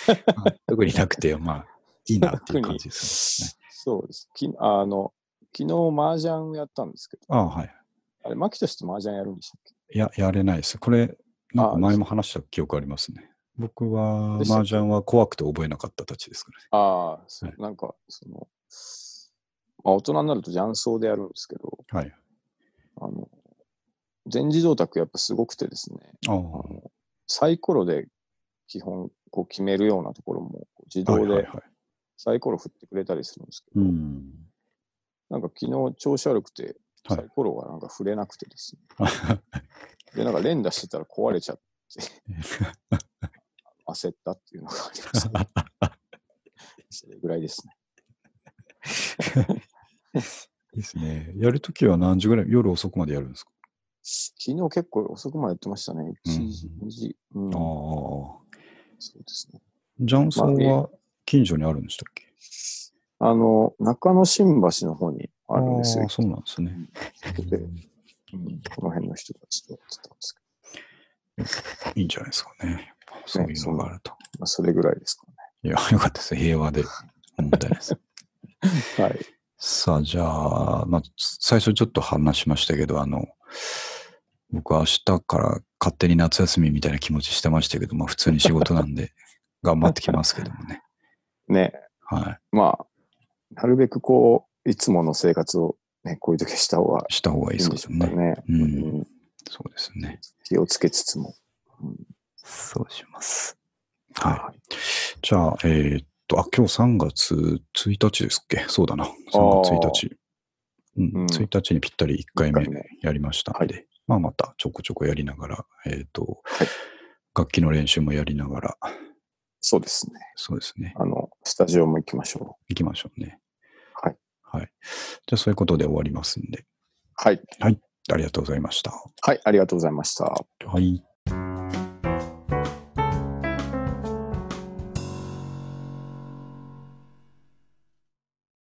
B: あ、特になくて、まあいいなっていう感じですね。
A: そうです。きあの昨日、麻雀やったんですけど。
B: ああ、はい。
A: あれ、牧として麻雀やるんでしたっ
B: けいや、やれないです。これ、なんか前も話した記憶ありますね。僕は、麻雀は怖くて覚えなかったたちですからね。
A: ああ、はい、なんか、その、まあ、大人になると雀荘でやるんですけど、
B: はい。
A: あの、全自動卓やっぱすごくてですね、
B: ああ
A: サイコロで基本こう決めるようなところも自動でサイコロ振ってくれたりするんですけど、
B: はいはいはい、
A: なんか昨日調子悪くて、サイコロがなんか振れなくてですね、 はい、で、なんか連打してたら壊れちゃって焦ったっていうのがありました、 それぐらいですね。
B: ですね。やるときは何時ぐらい、夜遅くまでやるんですか
A: 昨日結構遅くまでやってましたね。1時、2時。
B: うん、ああ。
A: そうですね。
B: ジャンソンは近所にあるんでしたっけ、
A: まあ、あの、中野新橋の方にあるんですよ。
B: そうなんですね。
A: で、うん、この辺の人たちとやってたんです
B: けど。いいんじゃないですかね。そういうのがあると。ね、
A: そまあ、それぐらいですかね。
B: いや、 よかったです。平和で。みたいです。
A: はい。
B: さあ、じゃあ、まあ、最初ちょっと話しましたけど、あの、僕は明日から勝手に夏休みみたいな気持ちしてましたけど、まあ普通に仕事なん で、頑張ってきますけどもね。
A: ね。。
B: はい
A: まあ、なるべくこう、いつもの生活をね、こういう時した方が
B: した方がいいです
A: ね。ね、
B: うん、うん。そうですね。
A: 気をつけつつも。
B: うん、そうします。はい。じゃあ、えー、っと、あ、今日3月1日ですっけそうだな。3月1日。うん、うん、1日にぴったり1回目やりましたので、ねはい、まあまたちょこちょこやりながら、えっ、ー、と、
A: はい、
B: 楽器の練習もやりながら。
A: そうですね。
B: そうですね。
A: あの、スタジオも行きましょう。
B: 行きましょうね。
A: はい。
B: はい。じゃあそういうことで終わりますんで。
A: はい。
B: はい。ありがとうございました。
A: はい、ありがとうございました。
B: はい。